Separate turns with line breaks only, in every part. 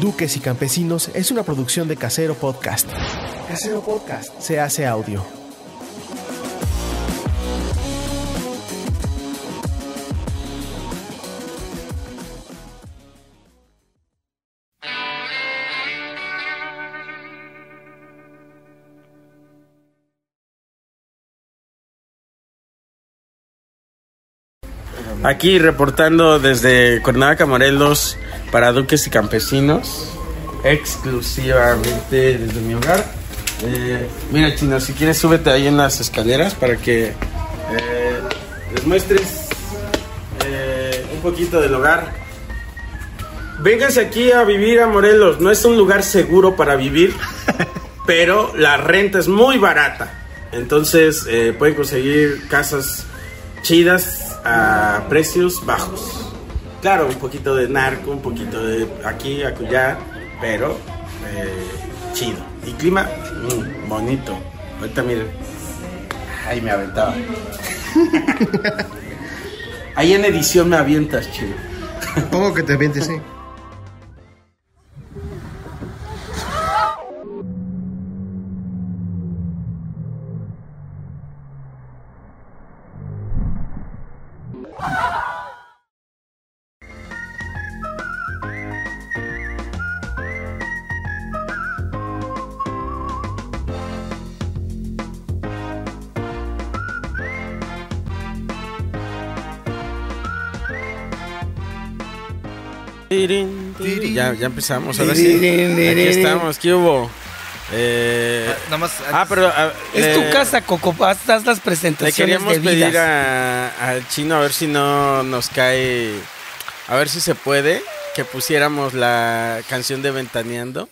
Duques y Campesinos es una producción de Casero Podcast. Casero Podcast se hace audio.
Aquí reportando desde Cuernavaca, Morelos, para Duques y Campesinos, exclusivamente desde mi hogar. Eh, mira, Chino, si quieres súbete ahí en las escaleras para que eh, les muestres eh, un poquito del hogar. Vénganse aquí a vivir a Morelos, no es un lugar seguro para vivir, pero la renta es muy barata. Entonces eh, pueden conseguir casas chidas a precios bajos. Claro, un poquito de narco, un poquito de aquí, acullá, pero eh, chido. Y clima, mm, bonito. Ahorita miren. Ahí me aventaba. Ahí en edición me avientas, chido.
Pongo que te avientes, sí.
Ya, ya empezamos, ahora sí. Aquí estamos, ¿qué hubo? Eh,
Nada más.
ah, pero... ah,
Es
eh,
tu casa, Coco. Haz, haz las
Le
presentaciones
queríamos
de
pedir a- al chino a ver si no nos cae, a ver si se puede, que pusiéramos la canción de Ventaneando.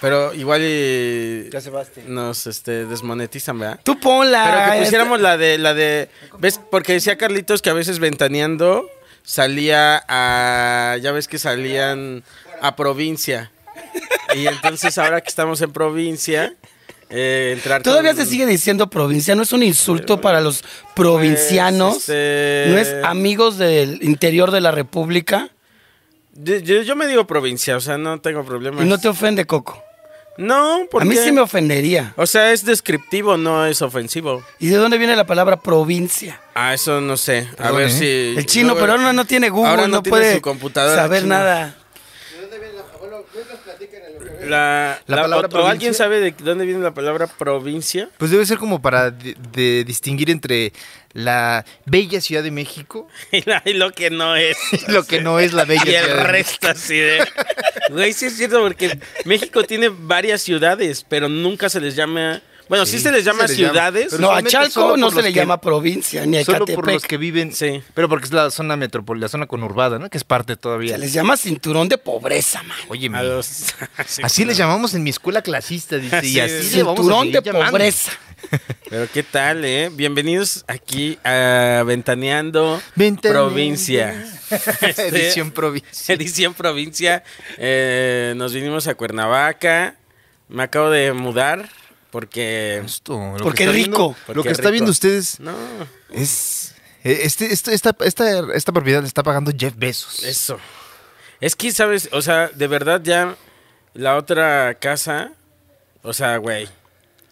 Pero igual y
Ya se baste.
nos este, desmonetizan, ¿verdad?
Tú ponla. este,
Pero que pusiéramos la de, la de, ¿ves? Porque decía Carlitos que a veces Ventaneando salía a, ya ves que salían a provincia. Y entonces ahora que estamos en provincia, eh, entrar
Todavía
con-
se sigue diciendo provincia. No es un insulto para los provincianos.
Pues, este-
No es amigos del interior de la república.
Yo, yo- yo me digo provincia, o sea, no tengo problemas.
Y no te ofende, Coco.
No,
A
porque...
mí sí me ofendería.
O sea, es descriptivo, no es ofensivo.
¿Y de dónde viene la palabra provincia?
Ah, eso no sé. A
Perdón,
ver
¿eh?
si...
El chino,
luego-
pero ahora no tiene Google,
ahora
no,
tiene
puede
su computadora,
saber
chino.
nada.
La,
La
la-
palabra
o- o alguien
provincia.
sabe de dónde viene la palabra provincia?
Pues debe ser como para di- de distinguir entre la bella Ciudad de México
y, la- y lo que no es.
y lo que no es la bella
Y el
Ciudad de México.
resto así de... Güey, sí es cierto, porque México tiene varias ciudades, pero nunca se les llama... Bueno, sí,
Sí,
se les
sí
llama
se les llama,
ciudades.
pero
No, a
solamente solo
Chalco
por
no se
los
le
que-
llama provincia, ni a
Solo por los
Ecatepec.
que viven.
Sí.
Pero porque es la zona metropol, la zona conurbada, ¿no? Que es parte todavía.
Se les llama cinturón de pobreza, man.
Oye,
A
mi-
los...
así les llamamos en mi escuela clasista, dice.
Así
y así
es.
le vamos a
Cinturón de
seguir llamando.
pobreza.
Pero qué tal, ¿eh? Bienvenidos aquí a Ventaneando,
Ventaneando.
Provincia. Este,
Edición provincia.
Edición Provincia. Eh, nos vinimos a Cuernavaca. Me acabo de mudar porque...
Esto, lo que
Porque
está
rico.
viendo-
Porque
lo que está
rico.
viendo ustedes
No,
es. eh, Este, este- esta, esta, esta propiedad la está pagando Jeff Bezos.
eso. Es que, ¿sabes? O sea, de verdad ya la otra casa... O sea, güey.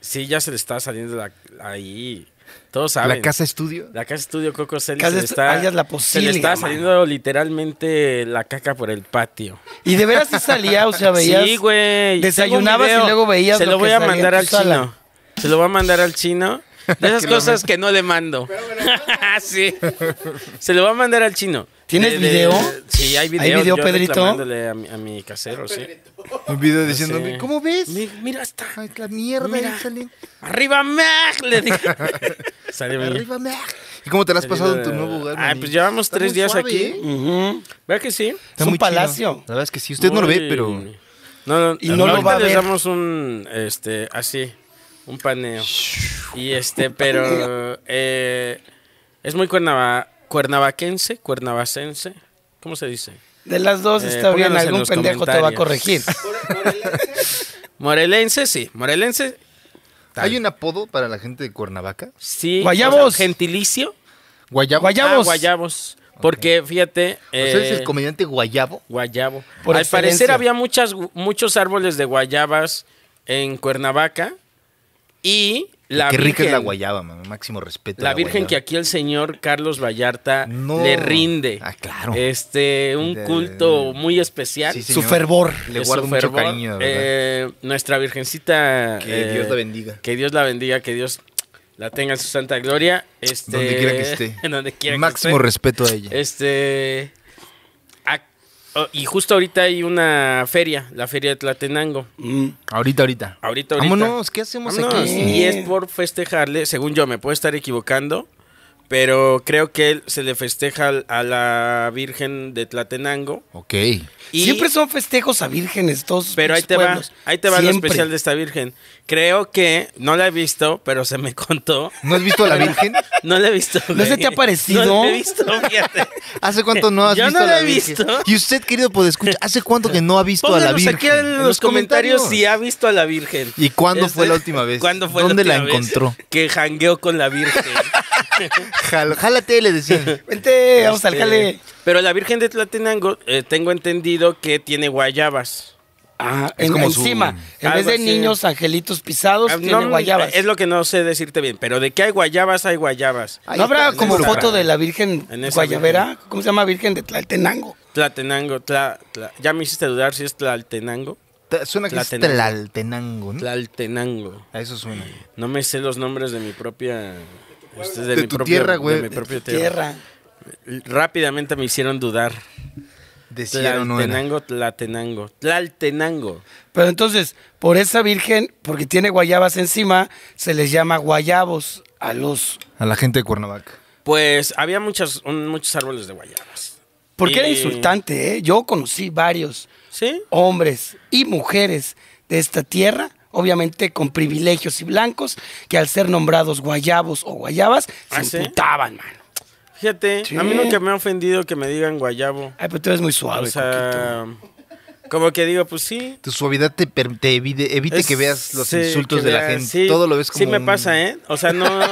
Sí, ya se le está saliendo la- ahí. Todos saben.
la casa estudio.
La casa estudio Coco Celis
Casa
se le
Estu-
está,
alias La
se le
Posilia,
está
man.
saliendo literalmente la caca por el patio.
Y de veras sí salía, o sea, veías.
sí, güey.
Desayunabas
Tengo un video.
y luego veías.
Se lo,
lo que
voy a
salía en
mandar
tu
al
sala.
chino. Se lo voy a mandar al chino. De esas cosas que no le mando. sí. Se lo voy a mandar al chino.
¿Tienes
De- de-
video?
Sí, hay video. yo
video, Pedrito?
reclamándole a mi, a mi casero, sí.
Un video
Sí.
diciéndome, ¿cómo ves?
Mi- Mira, está.
Ay, la mierda,
Mira.
ahí sale.
Arriba, Mag. Le dije. Sale mi-
Arriba, meh. ¿Y cómo te la has pasado en tu nuevo hogar?
Ah,
Manny?
pues llevamos
Está
tres
muy
días
suave,
aquí.
¿eh?
Ujú.
¿Verdad que sí?
Está
Es un
muy chido.
palacio.
La verdad es que sí. Usted no lo ve,
Muy-
pero.
No, no,
Y no lo
ahorita
va a
les
ver.
damos un, este, así, un paneo. Y este, pero eh, es muy cuernava- cuernavaquense, cuernavacense. ¿Cómo se dice?
De las dos
Eh,
está bien,
pónganos en
algún
los
pendejo te va a
comentarios.
corregir.
Morelense, sí. Morelense, tal.
¿Hay un apodo para la gente de Cuernavaca?
sí.
Guayabos.
gentilicio.
Guayabo.
Guayabo. Guayabos.
Ah, guayabos. Porque, fíjate.
O sea, Pues es
eh,
el comediante Guayabo.
Guayabo.
Por
Al
excelencia.
parecer había muchas, gu- muchos árboles de guayabas en Cuernavaca y la
Qué rica es la
Virgen-
guayaba, mano. Máximo respeto. a
La Virgen
guayaba.
que aquí el señor Carlos Vallarta
No.
le rinde.
Ah, claro.
Este, un
De-
culto muy especial.
Sí,
Su
señor.
fervor.
Le
Su
guardo mucho
fervor.
cariño, de verdad.
Eh, nuestra Virgencita.
Que
eh,
Dios la bendiga.
Que Dios la bendiga, que Dios la tenga en su santa gloria. Este,
Donde quiera que esté.
donde quiera que
Máximo
esté.
respeto a ella.
Este. ac- oh, y justo ahorita hay una feria, la feria de Tlatenango.
Ahorita, ahorita.
Ahorita, ahorita.
Vámonos, ¿qué hacemos
Vámonos.
aquí?
Y es por festejarle, según yo, me puedo estar equivocando, pero creo que se le festeja al- a la Virgen de Tlatenango.
Ok.
Y-
Siempre son festejos a vírgenes todos.
Pero ahí
pinches
te va,
pueblos.
ahí te va lo
Siempre.
especial de esta Virgen. Creo que, no la he visto, pero se me contó.
¿No has visto a la Virgen?
No la he visto.
¿No se
güey.
te ha parecido?
No la he visto, fíjate.
¿Hace cuánto no has
Yo
visto
no
a
la
la
he
Virgen?
visto.
Y usted, querido, puede escuchar, ¿hace cuánto que no ha visto a la
Pónganos
Virgen?
aquí en los, comentarios si ha visto a la Virgen. Este,
¿Y cuándo fue la última vez?
¿Cuándo fue
¿Dónde la
última vez
encontró?
Que jangueó con la Virgen.
Jal- Jálate, le decían.
Vente, vamos al
Este,
jale.
Pero la Virgen de Tlatenango, eh, tengo entendido que tiene guayabas.
Ah,
Es
en-
como su-
encima. En
algo
vez de
así.
niños angelitos pisados,
Ah,
tiene
no,
guayabas.
Es lo que no sé decirte bien, pero de que hay guayabas, hay guayabas.
Ahí
¿No habrá
está,
como
en esa
foto
parada.
de la Virgen
En esa
Guayabera? ¿Cómo se llama Virgen de Tlaltenango?
Tlatenango, tla- tla- ya me hiciste dudar si es Tlaltenango.
Ta- Suena que es
Tlatenango.
Tlaltenango, ¿no?
Tlaltenango.
A eso suena.
No me sé los nombres de mi propia... este,
De
mi
tu
propio-
tierra, güey.
de mi propio tierra.
Tierra.
Rápidamente me hicieron dudar.
Decían no era.
Tlaltenango, Tlatenango. Tlaltenango.
Pero entonces, por esa Virgen, porque tiene guayabas encima, se les llama guayabos a los...
A la gente de Cuernavaca.
Pues había muchas, un- muchos árboles de guayabas.
Porque era
Y-
insultante, ¿eh? Yo conocí varios
¿Sí?
hombres y mujeres de esta tierra, obviamente con privilegios y blancos, que al ser nombrados guayabos o guayabas,
¿Ah, sí?
se imputaban, mano.
Fíjate,
Sí.
a mí nunca me ha ofendido que me digan guayabo.
Ay, pero tú eres muy
Ah,
suave,
O sea, como que digo, pues sí.
Tu suavidad te, per- te evite, evite
es-
que veas los
sí,
insultos
que
de la
veas,
gente.
sí,
Todo lo ves como.
Sí me
un-
pasa, ¿eh? O sea, no... no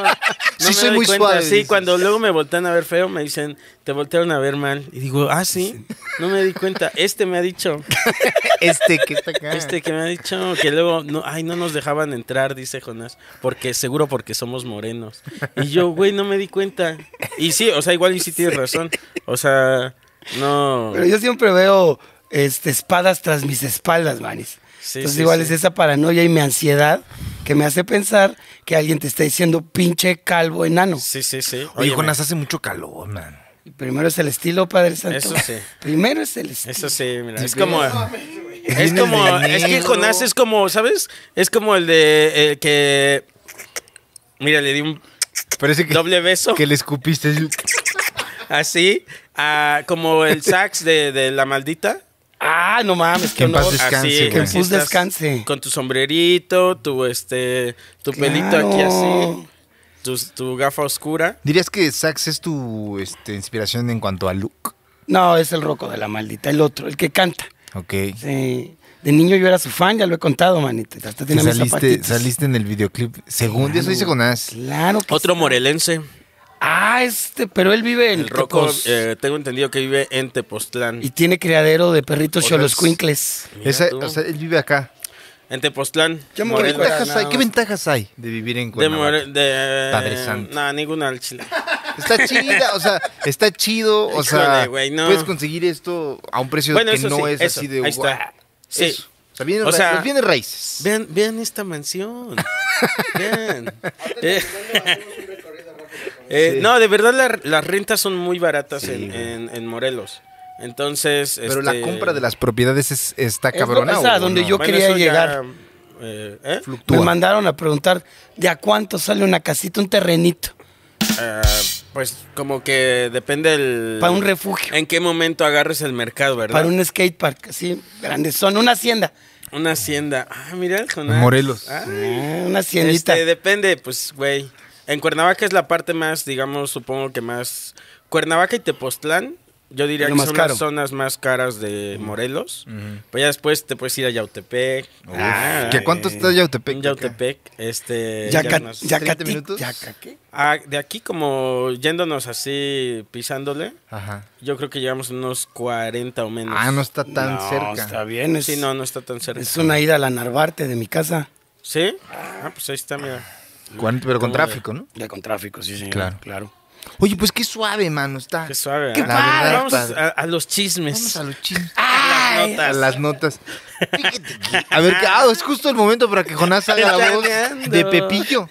Sí,
me
soy
doy
muy
cuenta.
suave,
Sí,
dices.
cuando luego me voltean a ver feo, me dicen, te voltearon a ver mal. Y digo, ah, sí, no me di cuenta. Este me ha dicho,
Este que está acá.
este que me ha dicho, que luego, no, ay, no nos dejaban entrar, dice Jonás, porque seguro porque somos morenos. Y yo, güey, no me di cuenta. Y sí, o sea, igual y sí tienes razón. O sea, no...
Pero yo siempre veo este, espadas tras mis espaldas, manis.
Sí,
Entonces
sí,
igual
sí.
es esa paranoia y mi ansiedad que me hace pensar que alguien te está diciendo pinche calvo enano.
Sí, sí, sí.
Oye,
Óyeme,
Jonas, hace mucho calor, man.
Primero es el estilo, Padre Santo.
Eso sí.
Primero es el estilo.
Eso sí, mira, es
Mira.
como... Es
Vienes
como,
de
es que
negro.
Jonás es como, ¿sabes? Es como el de el que. Mira, le di un
Parece que,
doble beso.
que le escupiste.
Así.
así.
a- como el sax de, de la maldita.
Ah, no mames,
Que
qué
en paz
honor.
descanse.
así,
güey. Que en
así
paz
estás
descanse.
Con tu sombrerito, tu este. Tu pelito
Claro.
aquí así. tus- tu gafa oscura.
¿Dirías que Sax es tu este, inspiración en cuanto a look?
No, es el roco de la maldita, el otro, el que canta.
Ok.
Sí. De niño yo era su fan, ya lo he contado, manito. Hasta
Que
tenía mis
saliste,
zapatitos.
saliste en el videoclip. Según eso dice Jonás.
Claro que
Otro
sí.
morelense.
Ah, este, pero él vive en
El roco.
Tecos.
eh, tengo entendido que vive en Tepoztlán.
Y tiene criadero de perritos
O sea,
cholos
Mira
Esa,
tú.
o sea, él vive acá.
en Tepoztlán.
Ya me
¿Qué
voy a
Morelos.
Cuernavaca,
ventajas, hay,
nada
¿Qué
más.
ventajas hay de vivir en
De,
Cuernavaca?
More- de-
Padre Santo.
No, ninguna al chile.
Está chida, o sea, está chido, o sea,
Híjole, güey, no.
puedes conseguir esto a un precio
Bueno,
que
eso
no
sí,
es
eso,
así de
ahí está.
guau,
Sí.
eso. O sea, viene
O sea,
los bienes raíces.
Vean, vean esta mansión. vean. Eh, eh, No, de verdad la- las rentas son muy baratas
Sí,
en,
güey.
en- en Morelos. Entonces.
Pero la
este,
compra de las propiedades es, está
Es lo-
cabrona.
es a
¿o
donde
no?
yo quería
eso ya,
llegar.
eh, ¿eh?
Me mandaron a preguntar de a cuánto sale una casita, un terrenito
Ah, pues como que depende el.
para un refugio,
En qué momento agarres el mercado, ¿verdad?
para un skate park, sí, grande son, una hacienda,
Una hacienda. Ah, mira el Jonás.
En Morelos.
Ah,
Ah, una haciendita.
Este, depende, pues, güey. En Cuernavaca es la parte más, digamos, supongo que más. Cuernavaca y Tepoztlán yo diría
Lo
que
más
son
caro.
las zonas más caras de Morelos. Pero ya después te puedes ir a Yautepec. Ah,
¿Que a cuánto
eh,
está Yautepec?
en Yautepec, este. ya
Yaca-
unas-
Yacati-
30 minutos.
Yaca- ¿qué?
Ah, de aquí, como yéndonos así, pisándole,
Ajá.
yo creo que llevamos unos 40 o menos.
Ah, no está tan
No,
cerca.
Está bien, es,
Sí, no, no está tan cerca.
es una ida a la Narvarte de mi casa.
¿Sí? Ah, pues ahí está, mira.
Cuán- Pero con
¿Cómo de-
tráfico, ¿no?
Ya con tráfico, sí, señor.
Claro.
claro.
Oye, pues qué suave, mano. Está.
Qué suave.
Qué
¿eh?
padre.
Vamos
padre.
a, a los
Vamos
chismes.
a los chismes.
A las
A
notas.
las notas. Fíjate que- A ver, que- ah, es justo el momento para que Jonás haga la voz
Planeando.
de Pepillo.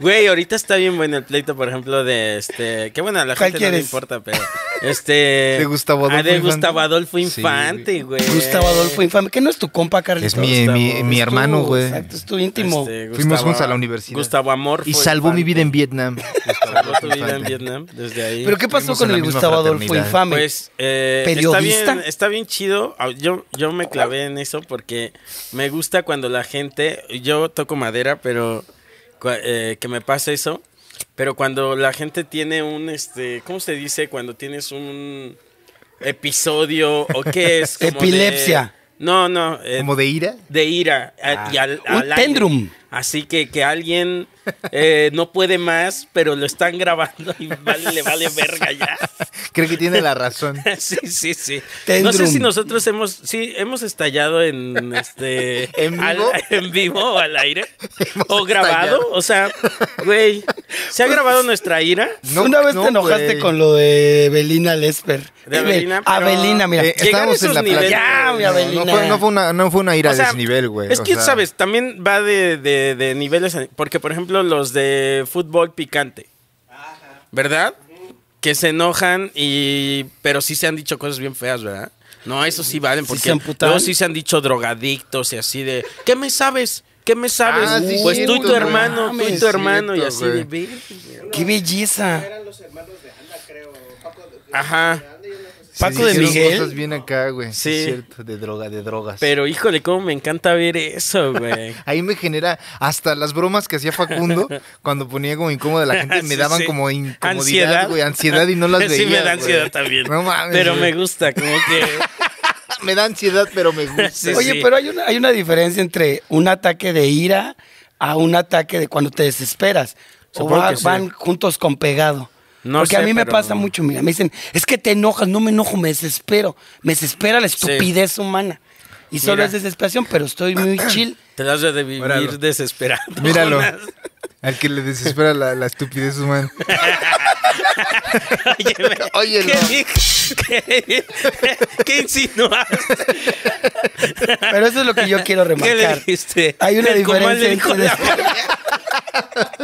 Güey, ahorita está bien bueno el pleito, por ejemplo, de este. Qué bueno, a la
¿Cuál
gente no le
quieres?
importa, pero. Este.
De Gustavo
Ah, de
Adolfo
Gustavo
Infante.
Adolfo
Sí,
Infante, güey.
Gustavo Adolfo Infame, que no es tu compa, Carlitos.
Eh, Es mi,
Gustavo.
mi, mi
Es tu-
hermano, güey.
Exacto, es tu íntimo.
Este,
Fuimos juntos a la
Gustavo-
universidad.
Gustavo Amor.
Y salvó mi vida en Vietnam.
Salvó tu vida en Vietnam desde ahí.
¿Pero qué pasó
Fuimos
con
en la
el
misma
Gustavo Adolfo
fraternidad.
Infame?
Pues, eh, Está
¿Periodista?
bien, está bien chido. Ah, Yo, yo me clavé en eso porque me gusta cuando la gente. Yo toco madera, pero cua- eh, que me pasa eso. Pero cuando la gente tiene un, este, ¿cómo se dice? Cuando tienes un episodio o qué es. Como de-
Epilepsia. Ah.
no, no. eh,
¿Como de ira?
de ira. a- y al-
Un
al aire.
tendrum.
Así que que alguien eh, no puede más, pero lo están grabando y vale, le vale verga ya.
Creo que tiene la razón.
sí, sí, sí.
Tendrum.
No sé si nosotros hemos, sí, hemos estallado en este
¿En
al-
vivo?
en vivo o al aire
Hemos
o grabado,
estallado. Pues
o sea, güey, se ha grabado nuestra ira.
No,
Una vez
no, pues.
te enojaste
güey.
con lo de Belina Lesper.
De
Eh, Be-
Abelina, pero-
Abelina, mira.
Eh,
Llegar
estábamos
a
en
esos
la
niveles,
plática.
ya, mi
No,
Abelina.
No, fue, no fue una, no fue una ira
O sea,
de ese nivel, güey.
Es
o
que,
sea,
¿sabes? También va de, de- de niveles. a- Porque, por ejemplo, los de fútbol picante. ¿Verdad? Que se enojan y... Pero sí se han dicho cosas bien feas, ¿verdad? No, eso sí valen porque
se amputan?
luego sí se han dicho drogadictos y así de... ¿Qué me sabes? ¿Qué me sabes?
Ah, sí,
pues tú y
cierto,
tu
güey. Ah,
hermano, tú y
Mames,
tu hermano y
cierto,
así de... "Ve".
Qué belleza.
Ajá.
se
Paco de
dijeron
Miguel.
cosas bien acá, güey.
Sí.
Sí. Es cierto, de droga, de drogas.
Pero, híjole, cómo me encanta ver eso, güey.
Ahí me genera hasta las bromas que hacía Facundo cuando ponía como incómoda a la gente, me
Sí,
daban
sí.
como incomodidad,
Ansiedad.
güey, ansiedad y no las veía.
Sí, me da
güey.
ansiedad también.
No mames.
Pero me
güey.
gusta, como que...
Me da ansiedad, pero me gusta.
Sí,
Oye,
sí.
pero hay una, hay una diferencia entre un ataque de ira a un ataque de cuando te desesperas.
Supongo
o va-
que sí.
van juntos con pegado.
No
Porque a
sé,
mí me
pero-
pasa mucho, mira, me dicen, es que te enojas, no me enojo, me desespero. Me desespera la estupidez humana. Y solo
Mira.
es desesperación, pero estoy muy chill.
Te las de vivir
Míralo.
desesperado.
Míralo.
Jonas.
Al que le desespera la, la estupidez humana.
Óyeme,
Óyelo.
¿Qué, di- qué, qué insinuaste?
Pero eso es lo que yo quiero
¿Qué le
remarcar.
dijiste?
Hay una
El comal
diferencia
le dijo
entre-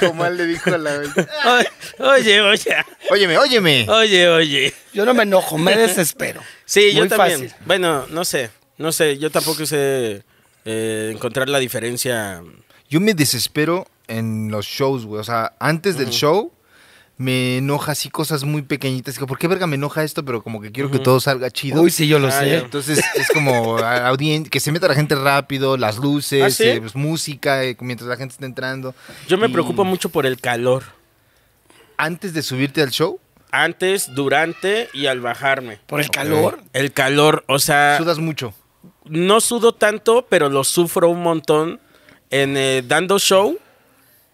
Como él le dijo a la
la- Oye, oye,
Óyeme, óyeme.
oye, oye.
Yo no me enojo, me desespero.
Sí,
Muy
yo también.
fácil.
Bueno, no sé, no sé, yo tampoco sé eh, encontrar la diferencia.
Yo me desespero en los shows, güey. O sea, antes del show me enoja así cosas muy pequeñitas. Digo, ¿por qué verga me enoja esto? Pero como que quiero que todo salga chido.
Uy, sí, yo lo
Ah,
sé.
ya.
Entonces es como a- audien- que se meta la gente rápido, las luces,
¿Ah, sí?
eh, pues, música, eh, mientras la gente está entrando.
Yo me
Y
preocupo
Mm.
mucho por el calor.
Antes de subirte al show,
Antes, durante y al bajarme.
Por el calor.
El calor, o sea,
sudas mucho.
no sudo tanto, pero lo sufro un montón en eh, dando show.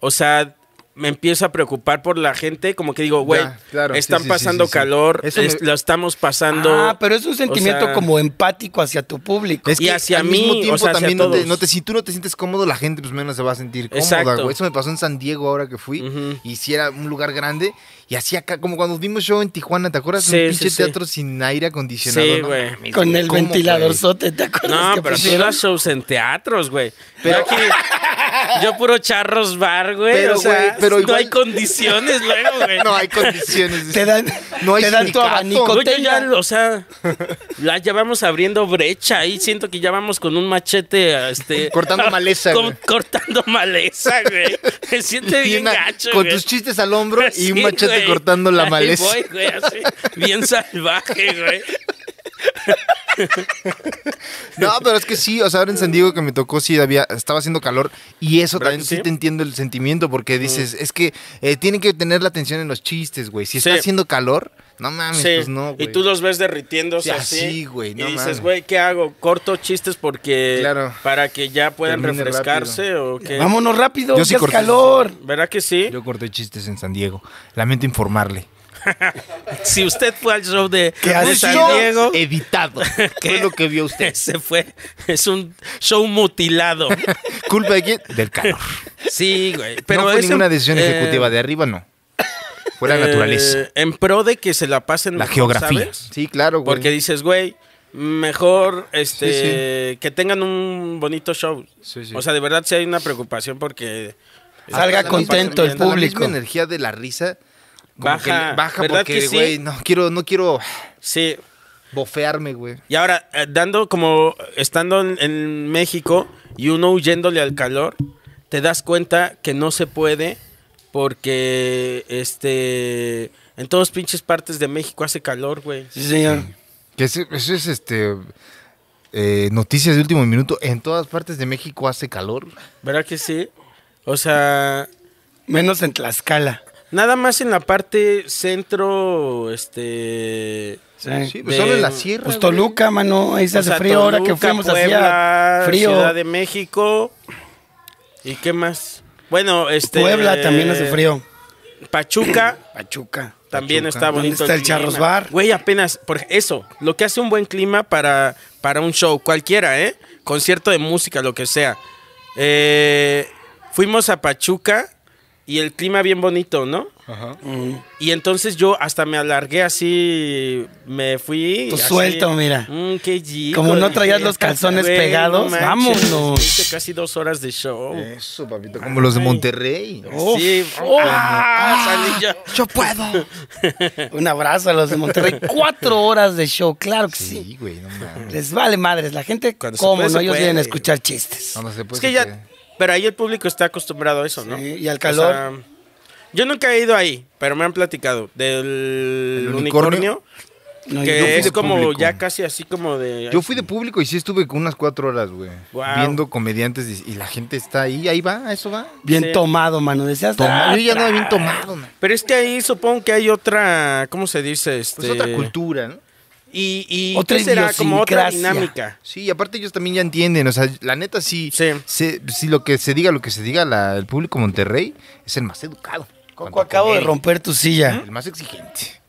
O sea, me empiezo a preocupar por la gente, como que digo, güey,
Ya, claro, sí,
están
sí, sí,
pasando
sí, sí.
calor,
Eso me-
es- lo estamos pasando.
Ah, pero es un sentimiento
o sea,
como empático hacia tu público.
Es
Y
que
hacia
al
mí,
mismo
o
tiempo
sea, hacia
también no te,
todos.
no te- si tú no te sientes cómodo, la gente pues menos se va a sentir cómoda,
Exacto.
güey. Eso me pasó en San Diego ahora que fui,
Ujú.
y si era un lugar grande, y así acá, como cuando vimos show en Tijuana, ¿te acuerdas?
Sí,
un pinche
sí, sí.
teatro sin aire acondicionado.
Sí,
No
güey.
mames,
Con el
¿cómo,
ventilador
güey?
sote, ¿te acuerdas?
No,
que
pero sí
pusieron?
las shows en teatros, güey. Pero aquí, yo puro charros bar, güey.
Pero,
o sea,
güey, pero
no
igual-
hay condiciones luego, güey.
No hay condiciones.
Te dan,
No hay
te dan tu
sindicato.
abanico.
Güey, Pues yo ya,
tenga.
o sea, la, ya vamos abriendo brecha ahí. Siento que ya vamos con un machete, este...
Cortando maleza,
co-
güey.
Cortando maleza, güey. Se siente
Y
bien
una-
gacho,
con
güey.
tus chistes al hombro y un
Sí,
machete
güey.
cortando la
Ahí
maleza.
voy, güey, así, bien salvaje, güey.
No, pero es que sí, o sea, ahora en San Diego que me tocó, sí, había, estaba haciendo calor y eso
¿Verdad
también
que
sí?
sí? Mm.
te entiendo el sentimiento porque dices, es que eh, tienen que tener la atención en los chistes, güey. Si está
Sí.
haciendo calor, No mames,
Sí,
pues no, güey.
y tú los ves derritiéndose
Sí,
así.
así, güey, no
y dices,
mames.
güey, ¿qué hago? ¿Corto chistes porque
Claro.
para que ya puedan
Termine
refrescarse o qué?
Vámonos rápido,
Yo sí
ya es
corté.
calor.
¿Verdad que sí?
Yo corté chistes en San Diego. Lamento informarle.
Si usted fue al show de,
Que
de
al
San
show-
Diego,
Editado. ¿Qué es lo que vio usted?
ese fue, es un show mutilado.
¿Culpa de quién? Del calor.
Sí, güey. Pero
no fue
es en-
ninguna decisión
eh,
ejecutiva. De arriba no. Fue la
eh,
naturaleza.
En pro de que se la pasen
La
mejor,
geografía.
¿sabes?
Sí, claro, güey.
Porque dices, güey, mejor este que tengan un bonito show.
Sí, sí.
O sea, de verdad sí hay una preocupación porque
Salga
Hasta la
contento el
misma-
La
público.
misma energía de la risa. como
Baja,
que le- baja
¿verdad
porque,
que sí?
güey, no quiero, no quiero
Sí.
bofearme, güey.
Y ahora eh, dando como estando en, en México y uno huyéndole al calor, te das cuenta que no se puede porque este en todas pinches partes de México hace calor, güey.
Sí, señor.
Que ese- eso es este. eh, noticias de último minuto. En todas partes de México hace calor.
¿Verdad que sí? O sea,
Menos en Tlaxcala.
Nada más en la parte centro, este...
Sí.
Sí, pues
De-
solo en la sierra.
Pues
güey.
Toluca, mano, ahí se hace
o sea,
frío ahora que
Toluca,
fuimos
Puebla,
hacia frío.
Ciudad de México. ¿Y qué más? Bueno, este...
Puebla también hace frío.
Pachuca
Pachuca.
también
Pachuca.
está
¿Dónde
bonito.
está el
clima.
Charros Bar?
Güey, apenas... Por eso, lo que hace un buen clima para, para un show, cualquiera, ¿eh? Concierto de música, lo que sea. Eh, fuimos a Pachuca y el clima bien bonito, ¿no? Mm.
Ajá.
Y entonces yo hasta me alargué así, me fui.
Tú
así.
suelto, mira.
Mm, qué chido.
Como no traías los calzones
Güey,
pegados,
manches,
vámonos. Eh,
Hice casi dos horas de show.
Eso, papito. Como los de Monterrey. Oh,
Sí. Ah, salí yo.
Yo puedo. Un abrazo a los de Monterrey. Cuatro horas de show, claro que sí.
Sí, güey, no mames.
Les vale madres. La gente,
Cuando se
como
puede,
no,
se
ellos
puede.
vienen a escuchar chistes.
No, no se puede.
Es que
se
ya.
puede.
Pero ahí el público está acostumbrado a eso, ¿no?
pues Sí, y al calor.
yo nunca he ido ahí, pero me han platicado del
¿El
unicornio,
unicornio?
No,
yo fui
que este es
de
como
público.
ya casi así como de.
Yo fui de público y sí estuve con unas cuatro horas, güey.
Guau.
Viendo comediantes y, y la gente está ahí. Ahí va, a eso va.
Bien
Sí.
tomado, mano. Decías,
Tomado.
"Ah,
Yo ya no bien tomado, man.
Pero es que ahí supongo que hay otra. ¿Cómo se dice? Este...
Es Pues otra cultura, ¿no?
Y, y
Otra
¿qué será como otra
idiosincrasia.
dinámica.
Sí, y aparte ellos también ya entienden, o sea, la neta sí,
Sí.
se- sí, lo que se diga, lo que se diga, la- el público Monterrey es el más educado.
Coco,
Cuanto a
acabo de
comer,
romper tu silla.
El más exigente.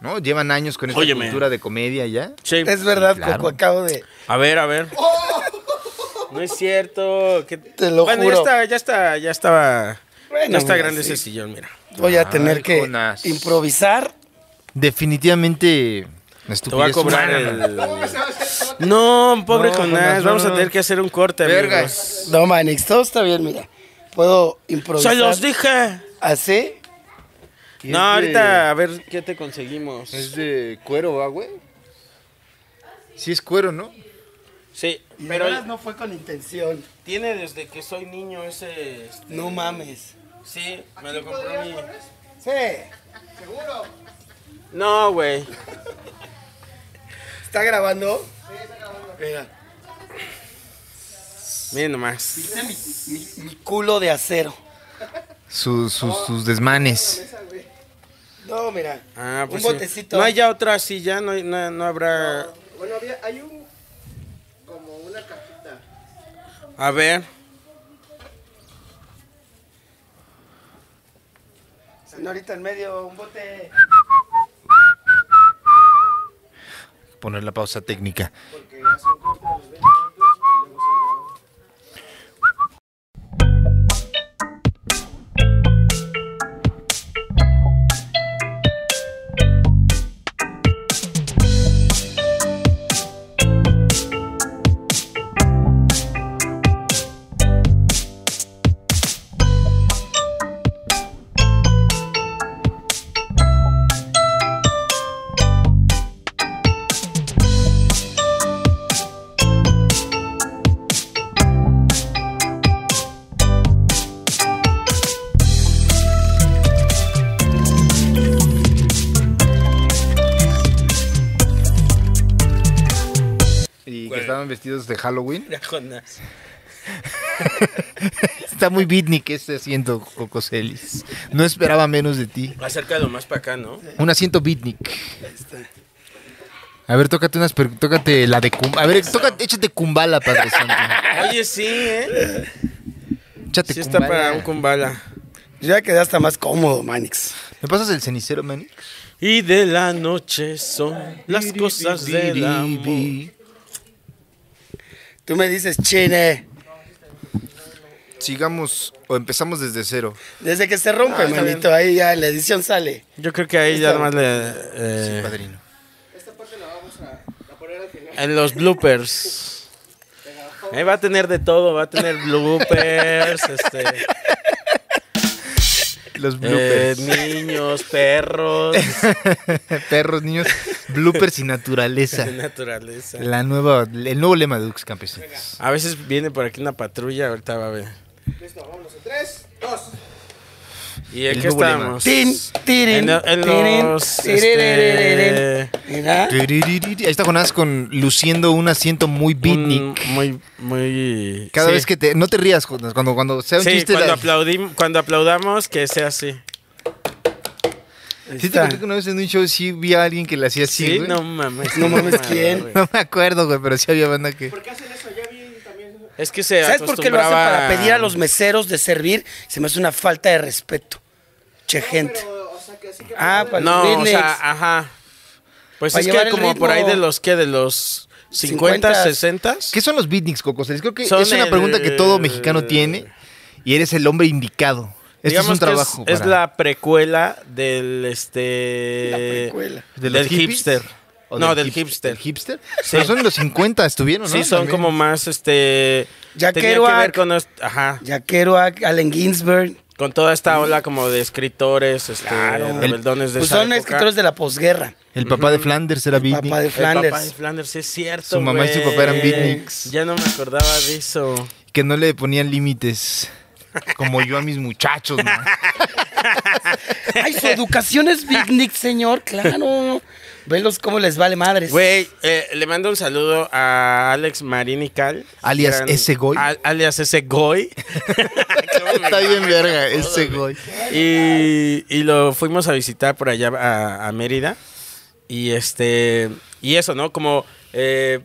¿No? Llevan años con esta
Óyeme.
cultura de comedia ya.
Sí.
Es verdad,
Claro.
Coco, acabo de.
A ver, a ver. No es cierto. que-
Te lo
bueno,
juro.
ya está, ya está, ya estaba.
Bueno,
ya está
mira,
grande
sí.
ese sillón, mira.
Voy a
Ay,
tener que
Jonas.
improvisar.
Te
Definitivamente
voy a
estupidez
cobrar
humana, man.
el. No, pobre
No,
Jonás,
Jonás,
vamos a
no.
tener que hacer un corte. amigos.
Vergas.
No, Manix, todo está bien, mira. Puedo improvisar.
Se los dije.
Así.
No, ahorita a ver qué te conseguimos.
Es de cuero, ¿va, güey? Sí es cuero, ¿no?
Sí, pero
no fue con intención.
tiene desde que soy niño ese. este,
No mames.
Sí, me lo compró mi.
Sí.
No, güey.
¿Está grabando? Mira.
Miren nomás.
Mi, mi- mi culo de acero.
Sus, sus, sus desmanes.
No, mira.
Ah, pues
un
sí.
botecito.
No hay ya otra silla, no, hay- no, no habrá.
Bueno, había, hay un. como una cajita.
A ver.
Ahorita en medio, un bote.
Poner la pausa técnica. Y que estaban vestidos de Halloween.
Mira, Jonás.
Está muy beatnik este asiento, Cocoselis. No esperaba menos de ti.
Acércalo más para acá, ¿no?
Un asiento beatnik. A ver, tócate unas, per- tócate la de Kumbala. A ver, tócate, échate Kumbala, Padre Santo.
Oye, sí, ¿eh?
Échate
Sí está
Kumbala.
para un cumbala.
Ya quedé hasta más cómodo, Manix.
¿Me pasas el cenicero, Manny?
Y de la noche son las cosas del amor.
Tú me dices, chine,
Sigamos o empezamos desde cero.
desde que se
Ah,
rompe, manito, ahí ya la edición sale.
Yo creo que ahí ya más le... eh,
Padrino.
en los bloopers. Ahí va a tener de todo, va a tener bloopers, este,
Los
eh,
bloopers.
niños, perros,
Perros, niños, bloopers y naturaleza.
de naturaleza.
La nueva, el nuevo lema de Dux Campesinos.
A veces viene por aquí una patrulla, ahorita va a ver. Y
El
aquí
nuevo lema.
estamos.
Tin, tirin,
En, lo- en
tirin,
los,
tiririririn.
este,
Mira,
Ahí está Jonás con luciendo un asiento muy
un-
beatnik.
muy, muy.
Cada
sí.
vez que te. No te rías, Jonás. Cuando, cuando sea un
Sí,
chiste.
cuando,
la-
aplaudim- cuando aplaudamos, que sea así.
¿Sí te
Ah.
conté que una vez en un show sí vi a alguien que le hacía así,
Sí,
güey?
no mames.
No mames, ¿quién?
güey.
No me acuerdo, güey, pero sí había banda que.
Es que se
¿sabes por qué lo hacen
acostumbraba-
para pedir a los meseros de servir? Se me hace una falta de respeto. Che, gente. ah, para
No,
los beatniks.
o sea, ajá. Pues
Para
es
llevar
que
el
como por ahí
ritmo.
de los que de los 50,
50s.
60
¿Qué son los beatniks, Cocos? Creo que
Son
es una
el- eh,
pregunta que todo mexicano tiene y eres el hombre indicado. Este es un
que
trabajo.
Es,
para-
la precuela del este
La precuela.
¿De los
del
hippies?
hipster.
¿O
No, del
hip-
hipster.
¿Del hipster?
Sí.
Pero son de los 50, estuvieron, ¿no?
Sí, son
También.
como más este
Ya
tenía
quiero
que
a-
ver con est- ajá,
Yaquero, a- Allen Ginsberg.
con toda esta ola como de escritores, este
Claro.
rebeldones de
Pues
esa
son
época.
escritores de la posguerra.
El papá de Flanders era beatnik.
Papá
El
de
eh, papá
Flanders.
de Flanders, sí es cierto.
Su mamá y su
güey.
papá eran beatniks.
Ya no me acordaba de eso.
Que no le ponían límites. Como yo a mis muchachos, ¿no?
Ay, su educación es Big Nick, señor, claro. Velos cómo les vale madres.
Güey, eh, le mando un saludo a Alex Marinical.
Alias ese Goy.
alias ese Goy.
Está bien verga ese güey.
y, y lo fuimos a visitar por allá a, a Mérida. Y este. Y eso, ¿no? Como eh,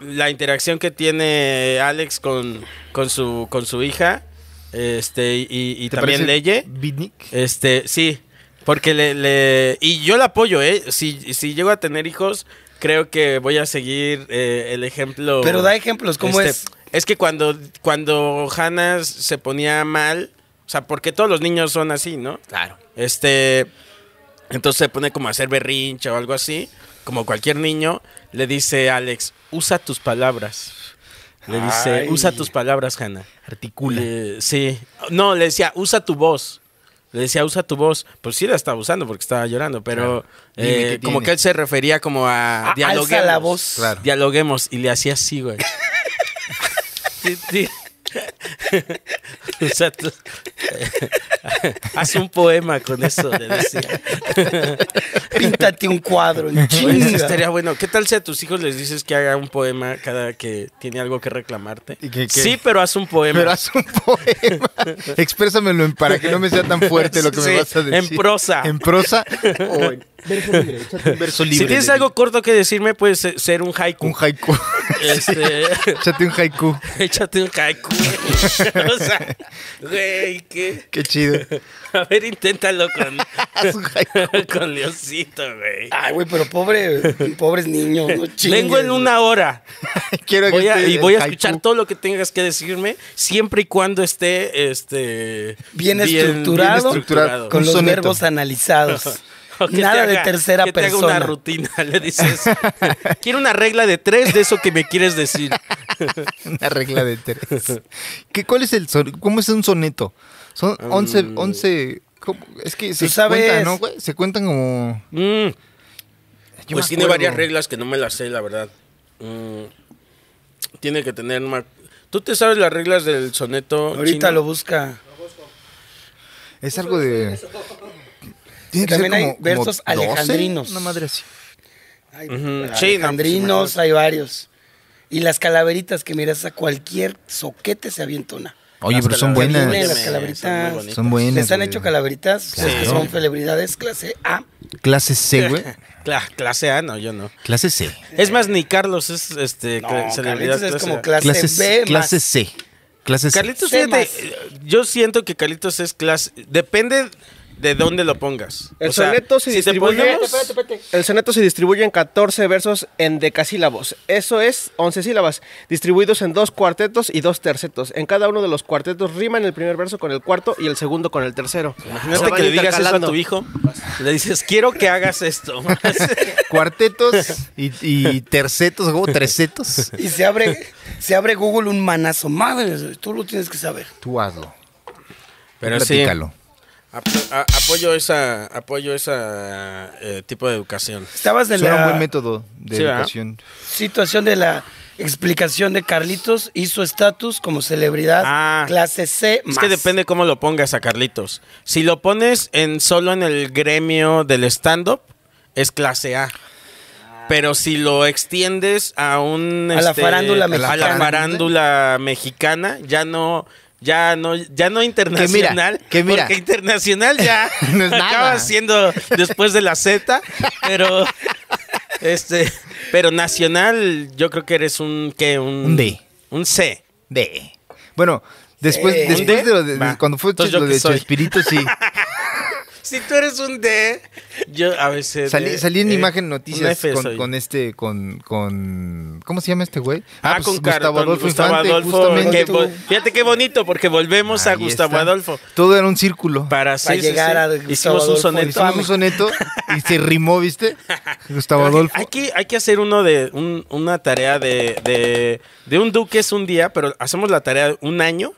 la interacción que tiene Alex con, con su, con su hija. Este, y, y
¿Te
también
parece
Leye.
Beatnik.
Este, sí, porque le, le- Y yo la apoyo, ¿eh? Si, si llego a tener hijos, creo que voy a seguir eh, el ejemplo.
Pero da ejemplos, ¿cómo
Este,
es?
Es que cuando, cuando Hannah se ponía mal, o sea, porque todos los niños son así, ¿no? Claro. Este, entonces se pone como a hacer berrinche o algo así, como cualquier niño, le dice Alex, usa tus palabras. Le dice,
Ay.
usa tus palabras, Hannah.
Articula.
Eh, sí. No, le decía, usa tu voz. Le decía, usa tu voz. Pues sí la estaba usando porque estaba llorando, pero
Dime
eh,
qué tiene.
como que él se refería como a
Ah, alza la voz.
Claro.
Dialoguemos. Y le hacía así, güey. Sí, sí. usa tu- eh, Haz un poema con eso, le decía.
Píntate un cuadro en
Oye, eso
chinga.
Este, estaría bueno. ¿Qué tal si a tus hijos les dices que haga un poema cada que tiene algo que reclamarte?
¿Y que- que-
Sí, pero haz un poema.
Pero haz un poema. Exprésamelo en- para que no me sea tan fuerte lo que
Sí,
me vas a decir.
en prosa.
En prosa. o en verso libre. échate un verso libre.
Si tienes
de-
algo corto que decirme, puedes ser- ser un haiku.
Un haiku.
Este,
Échate un haiku.
échate un haiku. güey. o sea, güey, ¿qué?
Qué chido.
A ver, inténtalo con,
Haz un haiku.
con Leoncito, güey.
Ay, güey, pero pobre, pobres niños, no chingues.
Vengo en una hora
Quiero que
Voy a-
este-
y voy a
el
escuchar
haiku.
todo lo que tengas que decirme, siempre y cuando esté este,
Bien estructurado,
estructurado.
Con
Un
los
soneto.
verbos analizados.
O que te
Nada de
haga-
tercera
que Te haga
persona.
una rutina, le dices. Quiero una regla de tres de eso que me quieres decir.
Una regla de tres. ¿Qué, ¿Cuál es el son- ¿Cómo es un soneto? Son 11. 11 ¿cómo? Es que se
Tú sabes.
cuentan, ¿no, güey? Se cuentan como.
Mm.
Yo
pues
me
tiene
acuerdo.
varias reglas que no me las sé, la verdad. Mm, tiene que tener más. ¿Tú te sabes las reglas del soneto?
Ahorita
chino?
lo busca.
Es algo de. Tiene que
También
ser
hay
como- como
versos
12,
alejandrinos.
Una madre así.
Hay
Ujú. Sí, no, pues,
alejandrinos, hay varios. Y las calaveritas que miras a cualquier soquete se avienta una.
Oye,
Las
pero son
calaveritas.
buenas.
Las calaveritas.
muy
Son buenas.
Les han
güey.
hecho calaveritas, ustedes que
Claro.
son celebridades clase A.
Clase C, güey.
Cla- clase A, no, yo no.
Clase C.
Es más, ni Carlos es este,
No,
cla- celebridad.
Carlitos es
clase
como
A.
clase,
Clase
B
C.
más.
Clase C. Clase C.
Carlitos,
C
fíjate, eh,
más.
yo siento que Carlitos es clase. Depende de dónnde lo pongas.
El soneto se
si te
distribuye-
ponemos-
Espérate, El soneto se distribuye en 14 versos en decasílabos. Eso es 11 sílabas, distribuidos en dos cuartetos y dos tercetos. En cada uno de los cuartetos riman el primer verso con el cuarto y el segundo con el tercero. Se
Imagínate
van
que le digas eso a
intercalando.
tu hijo. Le dices, quiero que hagas esto.
Cuartetos y, y tercetos, o trecetos.
Y se abre, se abre Google un manazo. Madre, tú lo tienes que saber.
Tú hazlo.
Pero
Tú
sí,
platícalo.
ap- a- apoyo esa, apoyo esa eh, tipo de educación.
Estabas en
Suena un buen
la
método de
Sí, ¿verdad?
educación.
situación de la explicación de Carlitos y su estatus como celebridad
Ah.
clase C
Es que
más.
depende cómo lo pongas a Carlitos. Si lo pones en solo en el gremio del stand-up, es clase A. Pero si lo extiendes a un este,
A la farándula
a la
mexicana.
farándula mexicana, ya no ya no ya no internacional,
que mira.
porque internacional ya
No es nada.
acaba siendo después de la Z, pero este pero nacional yo creo que eres un que un,
Un D.
un C.
De. Bueno, después,
Sí.
después de, lo de-
Va.
cuando fue
Entonces,
lo
¿yo qué
de
soy?
Chespirito, sí.
Si tú eres un D, yo a veces.
Salí, salí en
eh,
imagen
un
noticias
F
con,
soy.
con este, con, con, ¿cómo se llama este güey?
Ah,
pues,
con Car- con Gustavo
Infante,
Adolfo,
justamente.
que vo- fíjate qué bonito, porque volvemos a
Ahí
Gustavo
está.
Adolfo.
Todo era un círculo.
Para, sí, sí,
llegar
sí.
a Gustavo
Hicimos un
Adolfo.
soneto.
Hicimos un soneto y se rimó, ¿viste? Gustavo Adolfo.
Hay que, hay que hacer uno de un- una tarea de, de, de un duque es un día, pero hacemos la tarea un año,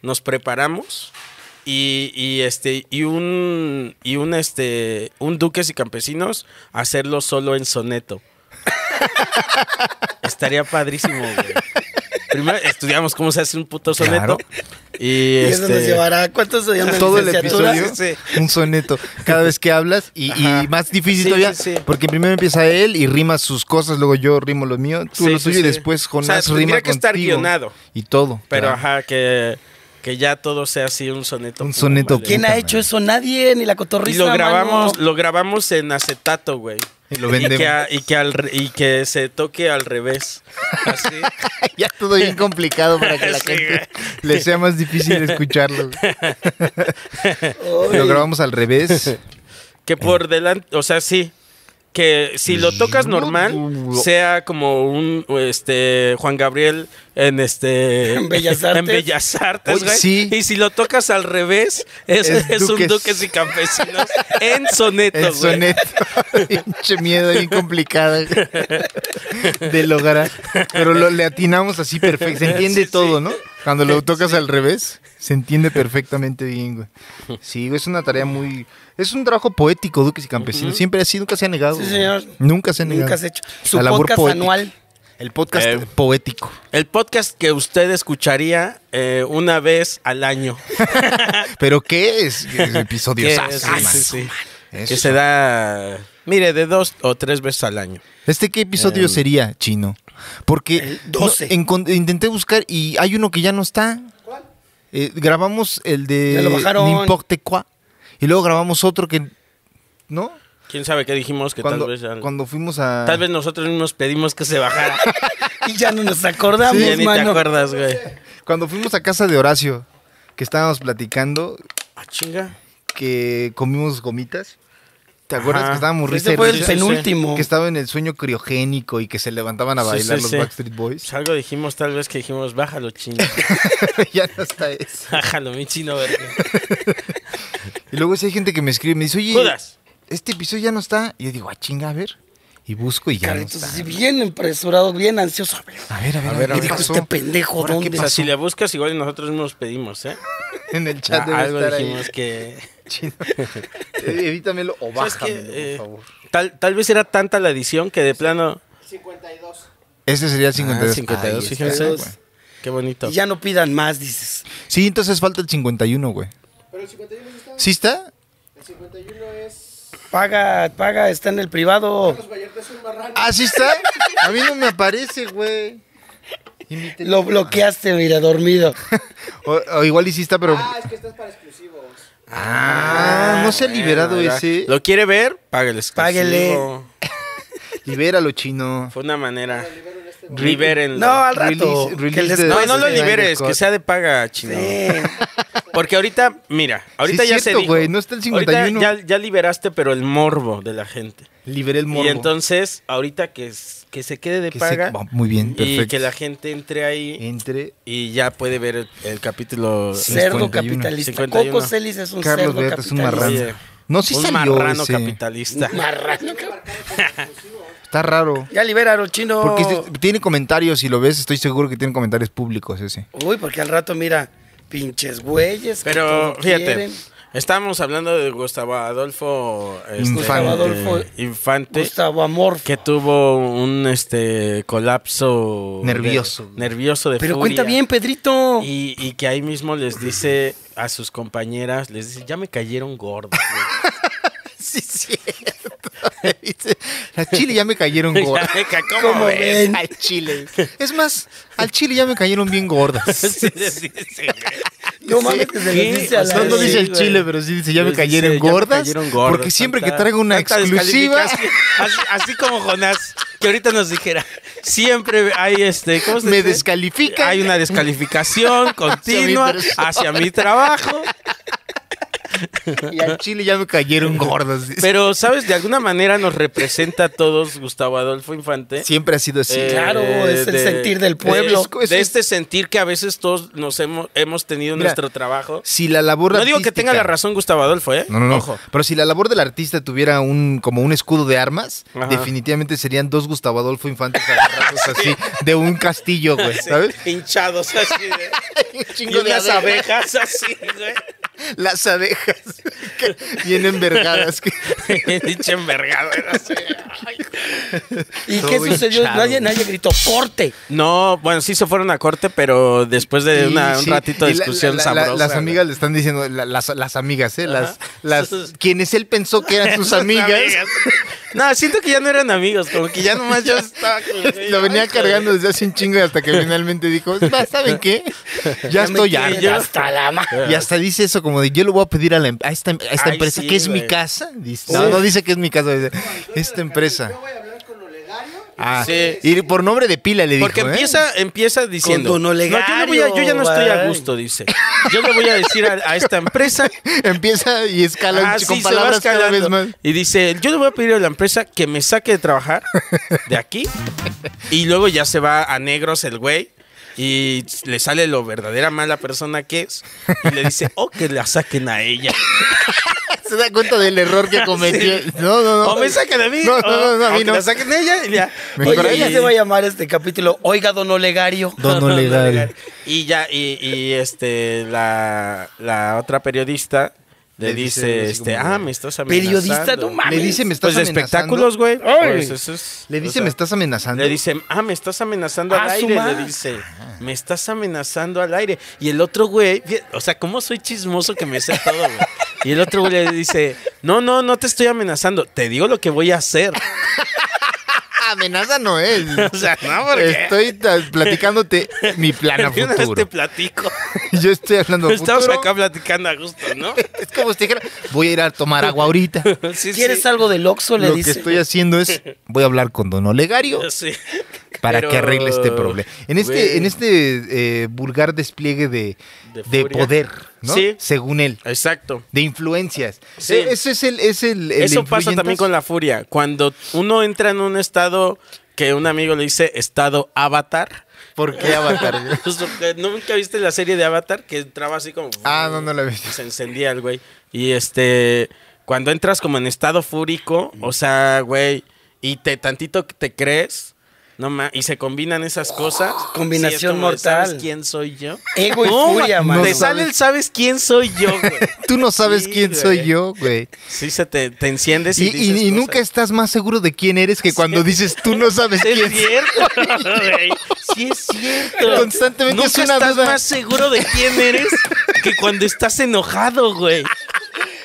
nos preparamos y, y este y un y un este un duques y campesinos hacerlo solo en soneto. Estaría padrísimo, güey. Primero estudiamos cómo se hace un puto soneto
Claro.
y,
Y eso
este,
nos llevará ¿cuántos años de
todo el
licenciatura?
episodio,
Sí,
un soneto. Cada vez que hablas, y, y más difícil
Sí,
todavía,
sí, sí.
porque primero empieza él y rima sus cosas, luego yo rimo lo mío, tú
Sí,
lo
sí,
tuyo,
sí.
y después
O sea,
Jonás rima
tendría que estar
contigo.
guionado.
Y todo.
pero
claro.
ajá que que ya todo sea así un soneto.
Un
puro,
soneto
vale.
¿Quién ha
Puta
hecho eso? Nadie, ni la
Y
cotorriza.
lo grabamos,
mano.
lo grabamos en acetato, güey.
Y lo vendemos.
que, a- y que al re- y que se toque al revés. Así.
ya todo bien complicado para que la
Sí,
gente le sea más difícil escucharlo.
Ay.
lo grabamos al revés.
Que por delante, o sea, sí. Que si lo tocas normal, sea como un este Juan Gabriel en este
En Bellas Artes.
en Bellas Artes,
Oye,
güey.
sí.
Y si lo tocas al revés, es,
Es
es un
Duques.
Duques y Campesinos en soneto,
El
güey.
soneto. Pinche miedo bien complicado de lograr. Pero lo, le atinamos así perfecto. Se entiende
Sí, sí.
todo, ¿no? Cuando lo tocas al revés, se entiende perfectamente bien, güey. Sí, güey, es una tarea muy. Es un trabajo poético, Duques y Campesinos. Siempre así, nunca se ha negado.
Sí,
güey.
señor.
Nunca se ha negado.
Nunca has hecho. Su
La labor
podcast
poética.
anual.
El podcast
Eh,
poético.
El podcast que usted escucharía eh, una vez al año.
¿Pero qué es? Episodio
Que-
sas,
sí,
man.
sí, sí.
Eso.
Que se da, mire, de dos o tres veces al año.
¿Este qué episodio
Em,
sería, chino? Porque
el 12.
no, encon- intenté buscar y hay uno que ya no está. ¿Cuál? grabamos el de
Ya lo bajaron.
N'importe quoi, y luego grabamos otro que ¿no?
¿Quién sabe qué dijimos que
Cuando,
tal vez... al-
cuando fuimos a
Tal vez nosotros mismos pedimos que se bajara.
Y ya no nos acordamos,
Ya ni te
mano.
acuerdas, güey.
cuando fuimos a casa de Horacio, que estábamos platicando
Ah, chinga.
que comimos gomitas. ¿Te acuerdas
Ajá.
que estábamos risa
Ese
y
fue
risa?
el penúltimo.
que estaba en el sueño criogénico y que se levantaban a
Sí,
bailar
sí,
los
sí.
Backstreet Boys?
Pues algo dijimos, tal vez que dijimos, bájalo, chinga.
ya no está eso.
Bájalo, mi chino, verga.
Y luego si hay gente que me escribe, me dice, oye,
Judas.
este episodio ya no está. Y yo digo, ah, chinga, a ver. Y busco y ya
Carlitos,
no
así
está.
bien empresurado, bien ansioso. A ver,
A ver, a ver, a
¿Qué
ver, ¿qué
dijo
pasó?
este pendejo?
Ahora, ¿qué
¿Dónde?
O sea,
pasó?
si le buscas, igual nosotros mismos pedimos, ¿eh?
En el chat
Ah,
debe
algo
estar
dijimos
ahí.
que...
Chino. Eh, Evítamelo o
¿Sabes qué?
bájamelo,
Eh,
por favor.
Tal, tal vez era tanta la edición que de plano...
Ese sería el 52.
Ah, 52,
Ahí
fíjense.
está, güey.
Qué bonito.
Y ya no pidan más, dices.
Sí, entonces falta el 51, güey.
Pero el 51 sí está.
¿Sí está?
El 51 es.
Paga, paga, está en el privado.
Los Vallarta es un marrano.
¿Ah, sí está? A mí no me aparece, güey.
Lo bloqueaste, mira, dormido.
O, o igual hiciste, pero.
Ah, es que estás para exclusivos.
Ah, no se ha liberado
Bueno, ya.
ese.
¿Lo quiere ver? Páguele. exclusivo.
Páguele.
Libéralo, chino.
Fue una manera. Libérenlo.
No, al rato.
Release-
que
release
les-
de-
No, no lo
Snyder
liberes,
Cut.
que sea de paga, chino. Porque ahorita, mira, ahorita
es
ya se
cierto,
dijo.
güey, no está el
Ahorita
51.
ya, ya liberaste, pero el morbo de la gente.
Liberé el morbo.
Y entonces, ahorita que, s- que se quede de
Que se-
paga
va, muy bien,
y
perfecto.
que la gente entre ahí
Entre
y ya puede ver el, el capítulo.
Cerdo
51.
capitalista.
51.
Coco Celis es un
Carlos
cerdo
Berto es un
capitalista.
marrano.
Oye,
No, sí
un
salió
marrano
ese.
capitalista.
Marrano, cabrón.
Está raro.
Ya libéralo, chino.
Porque este- tiene comentarios, si lo ves, estoy seguro que tiene comentarios públicos ese.
Uy, porque al rato, mira, pinches güeyes. que
Pero
Este, todo
fíjate,
quieren.
estábamos hablando de Gustavo Adolfo este,
Infante.
Adolfo
Infante,
Gustavo Amor.
que tuvo un este colapso de-
Nervioso.
nervioso de
Pero
furia.
cuenta bien, Pedrito.
Y, y que ahí mismo les dice a sus compañeras, les dice, ya me cayeron gordos. güey.
Sí, cierto. Dice, Al chile ya me cayeron gordas.
Ya me ca- ¿Cómo,
¿Cómo
ves?"
ven?
Al chile. Es más, al chile ya me cayeron bien gordas.
Sí, les dice, güey.
No mames, que se les
¿Qué?
dice a
O sea,
la
No, no
Sí,
dice el
güey.
chile, pero sí dice ya me
Les dice,
cayeron
"Ya me
gordas.
cayeron gordos,
Porque siempre que
tanta-
traigo una
tanta
exclusiva.
descalificación. Así, así como Jonás, que ahorita nos dijera, siempre hay este, ¿cómo se
Me
dice?
descalifican.
Hay una descalificación continua
persona.
hacia mi trabajo.
Y al chile ya me cayeron gordas. dice.
Pero, ¿sabes? De alguna manera nos representa a todos Gustavo Adolfo Infante.
Siempre ha sido así.
Eh,
claro, es el sentir del pueblo.
De, de este sentir que a veces todos nos hemos, hemos tenido en
Mira,
nuestro trabajo.
Si la labor
No digo que
artística-
tenga la razón Gustavo Adolfo, ¿eh?
No, no, no.
Ojo.
Pero si la labor del artista tuviera un como un escudo de armas,
Ajá.
definitivamente serían dos Gustavo Adolfo Infantes agarrados así de un castillo, güey, ¿sabes?
Hinchados así de...
Un
Y
chingo de
unas
abejas.
abejas así, güey.
Las abejas que vienen vergadas. que-
Pinche envergadura, así.
¿Y
Todo
qué
bien
sucedió?
chavo.
Nadie, nadie gritó, ¡corte!
No, bueno, sí se fueron a corte, pero después de una-
Y
un
sí,
ratito
y
de
la-
discusión
la- la-
sabrosa.
Las
güey.
amigas le están diciendo, la- las, las amigas, ¿eh? Las,
Ajá.
las,
Sus-
quienes él pensó que eran sus amigas.
No, siento que ya no eran amigos, como que ya nomás yo estaba. como que,
Lo venía
"Ay,
cargando desde hace un chingo y hasta que finalmente dijo, "Es más, ¿saben qué? Ya
me
estoy
tienen
harta.
Hasta la ma-
Y hasta dice eso como de yo lo voy a pedir a, la em- a esta, a esta
Ay,
empresa
sí,
que es mi
güey.
casa. Dice, no, no dice que es mi casa. Dice, esta empresa.
Yo voy a hablar con Olegario.
Ah,
Sí.
Y por nombre de pila le dijo.
Porque
¿eh?
empieza, empieza diciendo.
don Olegario,
no, yo, no voy a- yo ya no estoy a
bye".
gusto, dice. Yo le voy a decir a, a esta empresa.
Empieza y escala
Ah,
con
sí, se va
palabras cada vez
escalando.
más.
Y dice, yo le voy a pedir a la empresa que me saque de trabajar de aquí. Y luego ya se va a negros el güey. Y le sale lo verdadera mala persona que es. Y le dice, oh, que la saquen a ella.
Se da cuenta del error que cometió. No, no, no.
O me saquen a mí.
No,
o-
no, no, no, a
o
mí
que
no.
la saquen a ella. Y ya.
Mejor
Oye,
ahí.
ya se va a llamar este capítulo. Oiga, don Olegario.
Don Olegario.
Y ya, y, y, este, la, la otra periodista le,
Le dice
dice, este,
algo así como de-
ah, me estás amenazando.
Periodista, no mames.
Le dice, me
Pues
estás
de
amenazando.
espectáculos, güey. Pues eso es-
Le
o
dice,
sea,
me estás amenazando.
Le dice, ah, me estás amenazando al
Ah, su
aire.
madre.
Le dice, me estás amenazando al aire. Y el otro güey, fí- o sea, ¿cómo soy chismoso que me sé todo, güey? Y el otro güey le dice, no, no, no te estoy amenazando. Te digo lo que voy a hacer.
Amenaza no es.
O sea, no, porque.
Estoy ta- platicándote mi plan a
De una vez te
futuro.
este platico.
Yo estoy hablando a
este Estamos
futuro.
acá platicando a gusto, ¿no?
Es como si dijera, voy a ir a tomar agua ahorita.
Sí,
¿Quieres
sí.
algo del Oxxo? Le
Lo
dice.
que estoy haciendo es, voy a hablar con Don Olegario
Sí.
para
Pero,
que arregle este problema. En este,
güey,
en este eh, vulgar despliegue de,
De
de
furia.
poder, ¿no?
Sí.
Según él,
Exacto.
de influencias.
Sí.
E- Ese es el, es el, el
Eso pasa también con la furia. Cuando uno entra en un estado que un amigo le dice estado avatar.
¿Por qué Avatar?
Pues, porque ¿Nunca viste la serie de Avatar? Que entraba así como.
ah, no, no la vi.
Se encendía el güey. Y este. Cuando entras como en estado fúrico, o sea, güey. Y te tantito que te crees. No ma- y se combinan esas cosas.
Combinación
sí, es como de,
mortal.
¿Sabes quién soy yo?
Ego y
No,
furia,
ma-
mano.
Te sale el sabes quién soy yo, güey.
Tú no sabes
Sí,
quién
güey.
soy yo, güey.
Sí, se te, te enciendes y,
Y, y-
dices
y
cosas.
nunca estás más seguro de quién eres que cuando dices tú no sabes
Sí,
quién
Es cierto, güey. Sí, es cierto.
Constantemente
Nunca
es una
estás
duda.
más seguro de quién eres que cuando estás enojado, güey.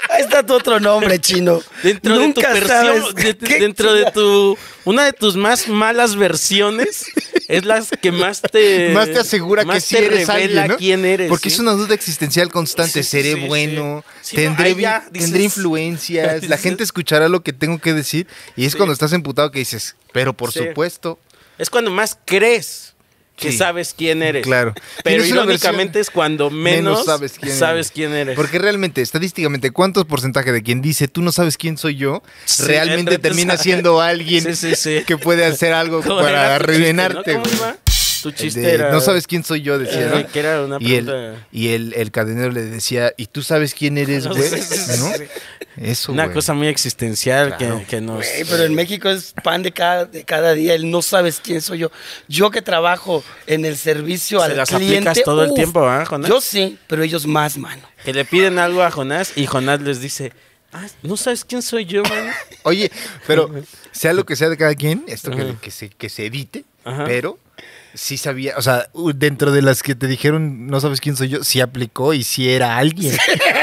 Ahí está tu otro nombre, chino.
Dentro
Nunca
de tu
sabes
versión, de-
qué
dentro de
chinga-
tu una de tus más malas versiones, Es las que más te.
Más te asegura que
más
sí
te
eres
revela
alguien, ¿no?
quién eres.
Porque
¿sí?
es una duda existencial constante.
Sí, sí,
¿Seré
sí, sí.
bueno?
Sí, no,
¿Tendré,
ahí
vi-
ya dices-
tendré influencias? ¿La
Dices-
gente escuchará lo que tengo que decir? Y es
Sí.
cuando estás emputado que dices, pero por
Sí.
supuesto.
Es cuando más crees que
Sí.
sabes quién eres.
Claro.
Pero
Tienes una
irónicamente
versión-
es cuando menos, sabes quién,
eres.
eres.
Porque realmente, estadísticamente, ¿cuántos porcentaje de quien dice tú no sabes quién soy yo?
Sí,
realmente
entonces-
termina siendo alguien
Sí, sí, sí.
que puede hacer algo
¿Cómo era
para
tu chiste, no?
rellenarte.
¿Cómo
güey.
iba? Tu
El
chiste
de,
era-
no sabes quién soy yo, decía,
Ajá,
¿no?
que era una
y el,
pregunta-
y el, el cadenero le decía, ¿y tú sabes quién eres,
No
güey?
sé, sí, sí,
¿No?
sí.
Eso,
Una
güey.
cosa muy existencial que-
Claro.
que, nos.
Güey, pero en México es pan de cada, de cada día. Él no sabes quién soy yo. Yo que trabajo en el servicio
Se
al
las aplicas
cliente.
todo el tiempo, ¿ah, Jonás?
Yo sí, pero ellos más, mano.
Que le piden algo a Jonás y Jonás les dice: "Ah, ¿No sabes quién soy yo, man?
Oye, pero sea lo que sea de cada quien, esto que, que se, que se edite,
Ajá.
pero sí sabía, o sea, u- dentro de las que te dijeron, no sabes quién soy yo, sí aplicó y sí era alguien.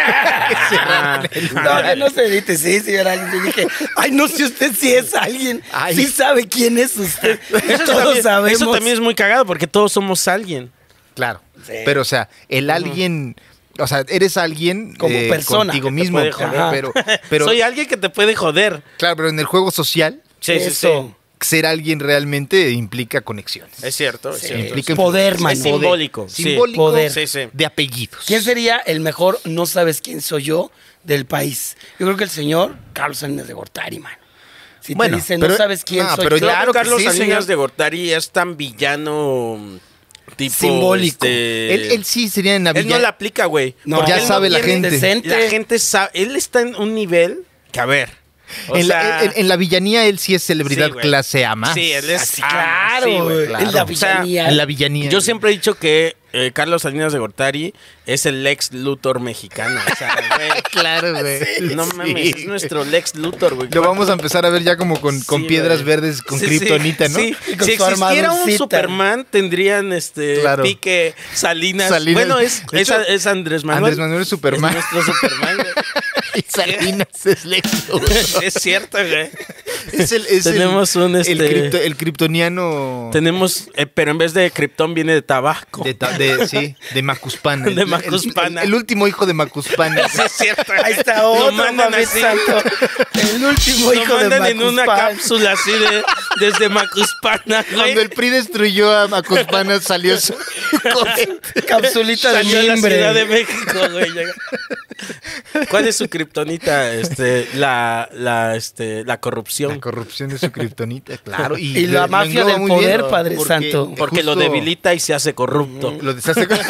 Ah.
No, que no se edite, sí, señor alguien. Yo dije, ay, no sé usted si es alguien.
Ay.
Sí sabe quién es usted.
Eso,
Todos
también,
sabemos.
eso también es muy cagado porque todos somos alguien.
Claro. Pero, o sea, el alguien. O sea, eres alguien eh,
Como persona
contigo
que te
mismo.
puede joder.
Ajá. Pero, pero,
Soy alguien que te puede joder.
claro, pero en el juego social,
Sí, sí,
Eso.
ser alguien realmente implica conexiones.
sí. Es cierto. es cierto.
Implica
Poder, mano.
Es simbólico. sí.
Simbólico
Poder.
Sí, sí.
de apellidos.
¿Quién sería el mejor no sabes quién soy yo del país? Yo creo que el señor Carlos Salinas de Gortari, mano. Si
Bueno,
te dice,
pero-
no sabes quién
no,
soy
pero
yo.
Claro
Claro que
Carlos
sí,
Salinas
señor.
de Gortari es tan villano mm, tipo
Simbólico.
este,
Él, él sí sería en la
él no
villa-
la aplica, güey.
No,
Porque
ya
él no
sabe la
viene-
gente.
decente.
La gente sabe. Él está en un nivel que a ver. o
en, la-
sea,
en- en la villanía él sí es celebridad
sí, güey.
clase A más.
Sí, él es
Así,
ah,
claro,
sí, güey,
güey.
claro.
Es la
O sea,
villanía.
En la villanía.
Yo siempre he dicho que eh, Carlos Salinas de Gortari es el Lex Luthor mexicano. O sea, güey.
Claro, güey.
No
Sí.
mames, es nuestro Lex Luthor, güey.
Lo vamos a empezar a ver ya como con, con
Sí,
piedras
güey.
verdes, con
Sí, sí.
kriptonita, ¿no?
Sí.
Y con
Si
su
existiera un
armaducita.
Superman, tendrían este
Claro.
pique Salinas.
Salinas.
Bueno, es,
De
es-
hecho,
es Andrés Manuel.
Andrés Manuel es Superman.
Es nuestro Superman, güey.
y Salinas es Lex Luthor.
es cierto, güey.
Es el, es el-
Tenemos un,
el
este-
cripto- el kriptoniano
Tenemos, eh, pero en vez de Krypton viene de Tabasco.
de, ta- de- sí, de Macuspana. El-
De
el-
Macuspana.
El, el último hijo de Macuspana.
Sí, es cierto.
Ahí está
Lo
otro,
mandan
mami
así.
santo. El último
Lo
hijo
mandan
de
en una
Macuspán.
cápsula así de, desde Macuspana, güey.
Cuando el PRI destruyó a Macuspana salió su cohete.
Capsulita de
Salió a la
mimbre.
Ciudad de México, güey. llega. ¿Cuál es su kriptonita? Este, la, la, este, la corrupción.
La corrupción de su kriptonita, claro. Y,
Y la
lo- lo
mafia
engloba
del
muy
poder, Padre
porque
Santo.
porque lo
justo
debilita y se hace corrupto.
Lo deshace con-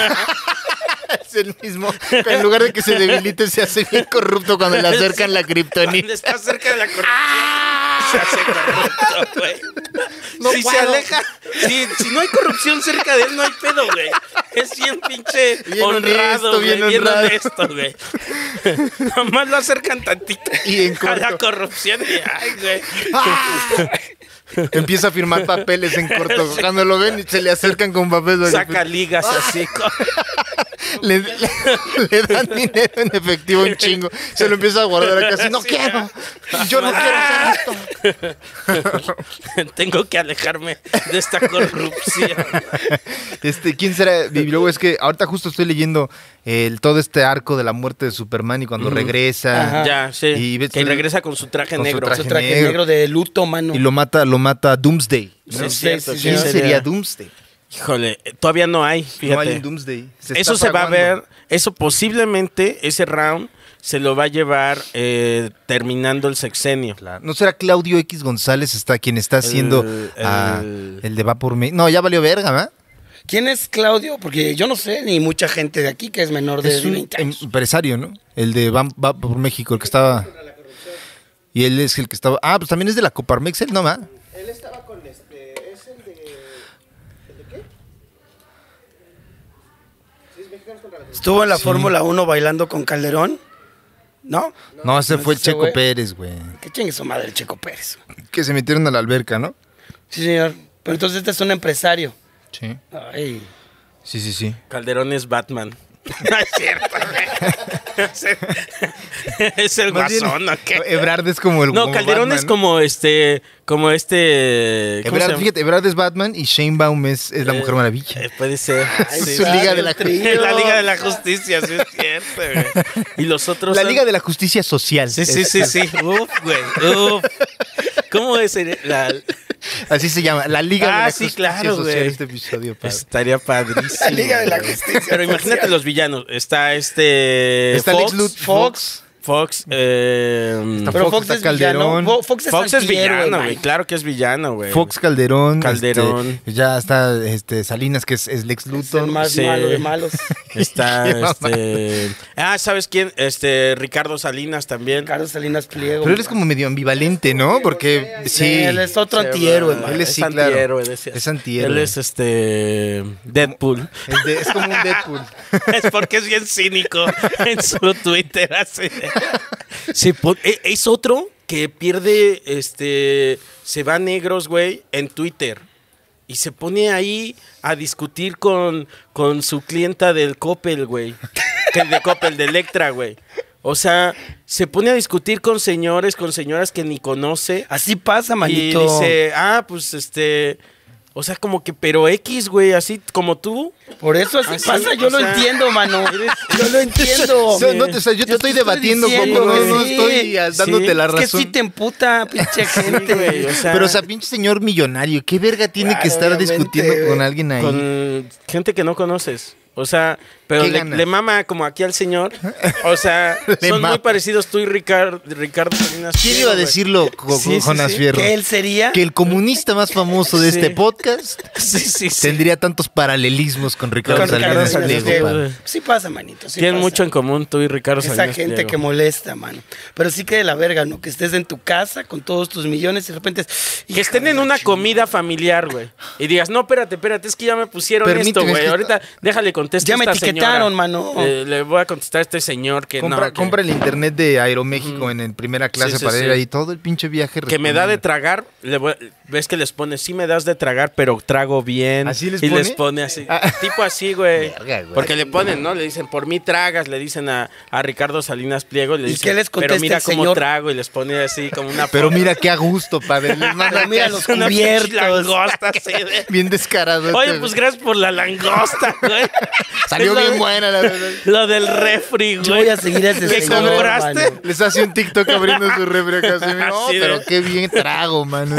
Es el mismo. En lugar de que se debilite, se hace bien corrupto cuando le acercan la
Cuando
kriptonita.
está cerca de la corrupción, se hace corrupto, güey. si se aleja, si, si no hay corrupción cerca de él, no hay pedo, güey. Es bien pinche
Bien
honrado,
honesto,
güey,
bien
bien,
honrado.
honesto, güey. Nomás lo acercan tantito
Y en
a la
corto. Ah.
corrupción y ay, güey.
Empieza a firmar papeles en corto. Cuando lo ven, se le acercan con papeles.
Saca ligas
Ah.
así. co-
Le, le- le dan dinero en efectivo un chingo. Se lo empieza a guardar acá. Así, no quiero. Yo no quiero
Ah.
hacer esto.
Tengo que alejarme de esta corrupción.
Este, ¿quién será? Y luego es que ahorita justo estoy leyendo el, todo este arco de la muerte de Superman y cuando regresa.
Ajá.
Ya, sí.
Y ves-
que regresa con su traje
con su
negro.
traje
Su traje
negro.
negro. de luto, mano.
Y lo mata, lo mata Doomsday.
Sí,
No
es
sé,
cierto,
sí,
sí,
¿Quién
señor.
sería Doomsday?
Híjole, eh, todavía no hay,
No hay
fíjate.
un Doomsday.
eso se va a ver, eso posiblemente, ese round, se lo va a llevar eh, terminando el sexenio.
¿No será Claudio X González está quien está haciendo
El-
ah, el,
el-
de va por mí? No, ya valió verga, ¿va?
¿Quién es Claudio? Porque yo no sé, ni mucha gente de aquí que es menor de
Es un em,
20 años.
empresario, ¿no? El de va, Va por México, el que estaba. Y él es el que estaba. Ah, pues también es de la Coparmex, él no va.
Él estaba con este. Es el de. ¿El de qué? Sí, es mexicanos contra la
Estuvo en la Fórmula 1 bailando con Calderón, ¿no?
No, ese fue el
ese
Checo
güey.
Pérez, güey.
Que chingue su madre el Checo Pérez.
Que se metieron a la alberca, ¿no?
Sí, señor. Pero entonces este es un empresario.
Sí.
Ay.
Sí, sí, sí.
Calderón es Batman. No es cierto, güey. es el
Más bien,
guasón, ¿o qué?
Ebrard es como el
No,
como
Calderón
Batman,
es
¿no?
como este. Como este. ¿cómo se
Ebrard,
llama?
fíjate, Ebrard es Batman y Shane Baum es, es la Mujer Maravilla.
Eh, puede ser.
es su Liga de la
Es la Liga de la Justicia, sí es cierto, güey. Y los otros.
La
son-
Liga de la Justicia Social.
Sí, sí,
Es-
sí, sí. Uf, güey. Uf. ¿Cómo es el- la...
Así se llama. La Liga de
Ah,
la
sí,
Justicia
claro,
Social.
güey.
Este episodio, padre.
Estaría padrísimo. La Liga de la Justicia. Pero imagínate los villanos. Está este.
Está
Fox,
Lex Luthor-
Fox. Fox. eh,
Está
Pero
Fox,
Fox,
está
es villano.
Calderón.
Fo- Fox es,
Fox es
antihéroe,
villano,
man.
güey. Claro que es villano, güey.
Fox Calderón.
Calderón.
este, ya está este, Salinas, que es, es
Es
Lex
el
Luthor.
más
Sí.
malo de malos.
Está
Qué mamá.
este. Ah, ¿sabes quién? Este. Ricardo Salinas también.
Carlos Salinas Pliego.
Pero él es como medio ambivalente, ¿no? Porque
Sí,
sí.
él es otro
Sí,
antihéroe,
güey.
man.
Él es- sí, claro.
antihéroe, decías.
Es antihéroe.
Él es este. Deadpool.
es de- es como un Deadpool.
Es porque es bien cínico en su Twitter. así. Se pon- e- es otro que pierde, este, se va a negros, güey, en Twitter. Y se pone ahí a discutir con, con su clienta del Coppel, güey. Que de Coppel, de Electra, güey. O sea, se pone a discutir con señores, con señoras que ni conoce.
Así pasa, manito.
Y dice, ah, pues este. O sea, como que, pero X, güey, así como tú.
Por eso así
Así,
pasa. Yo
o
lo
sea,
entiendo, mano.
eres-
Yo lo entiendo.
No, no te- o sea, yo te
Yo te
estoy
estoy
debatiendo,
diciendo,
Coco, no, no
güey.
estoy ah,
Sí,
dándote la
Es que
razón.
sí te emputa, pinche gente.
güey, o sea,
Pero, o sea, pinche señor millonario, ¿qué verga tiene que estar discutiendo con alguien ahí?
con gente que no conoces. O sea, pero
¿Qué
le,
gana?
le mama como aquí al señor. O sea,
Le
son
mama.
muy parecidos tú y Ricardo, Ricardo Salinas.
¿Quién
Pliego,
iba a
güey.
decirlo, Co-
Sí, sí,
Jonas
sí.
Fierro?
Que él sería.
Que el comunista más famoso de
Sí.
este podcast
Sí, sí, sí.
tendría tantos paralelismos con Ricardo
Con Ricardo
Salinas
Salinas
Pliego,
Pliego.
padre.
Sí pasa, manito. sí
Tienen
pasa.
mucho en común tú y Ricardo
Esa
Salinas
gente
Pliego.
que molesta, mano. Pero sí que de la verga, ¿no? Que estés en tu casa con todos tus millones y de repente.
Que estén en una comida familiar, güey. Y digas, no, espérate, espérate, es que ya me pusieron
Permíteme,
esto,
es
güey.
que
Ahorita déjale contestar.
Ya me etiquetaron, mano.
Eh, le voy a contestar a este señor que
Compra,
no. que-
compra el internet de Aeroméxico en, en primera clase
sí,
para ir
sí.
ahí todo el pinche viaje.
que me da de
respondiendo.
tragar, le voy- ves que les pone, sí me das de tragar, pero trago bien.
¿Así les
y
pone?
les pone así.
Ah.
Tipo así, güey.
Verga, güey.
Porque le ponen, ¿no? Le dicen, por mí tragas, le dicen a, a Ricardo Salinas Pliego. Le
¿Y
dicen,
qué les
pero
contesta
mira
el
cómo
señor?
trago y les pone así como una...
Ah, Pero
foto.
mira qué a gusto, padre. Les manda
Pero mira
acá
los
Una pinche
cubiertos.
langosta así de-
bien descarado.
Oye,
este,
pues gracias por la langosta, güey.
Salió
Es lo
bien
de-
buena, la verdad.
Lo del refri, güey.
Yo voy a seguir a ese
¿Qué
señor,
compraste?
mano.
Les hace un TikTok abriendo su refri acá, así, No,
Así de-
pero qué bien trago, mano.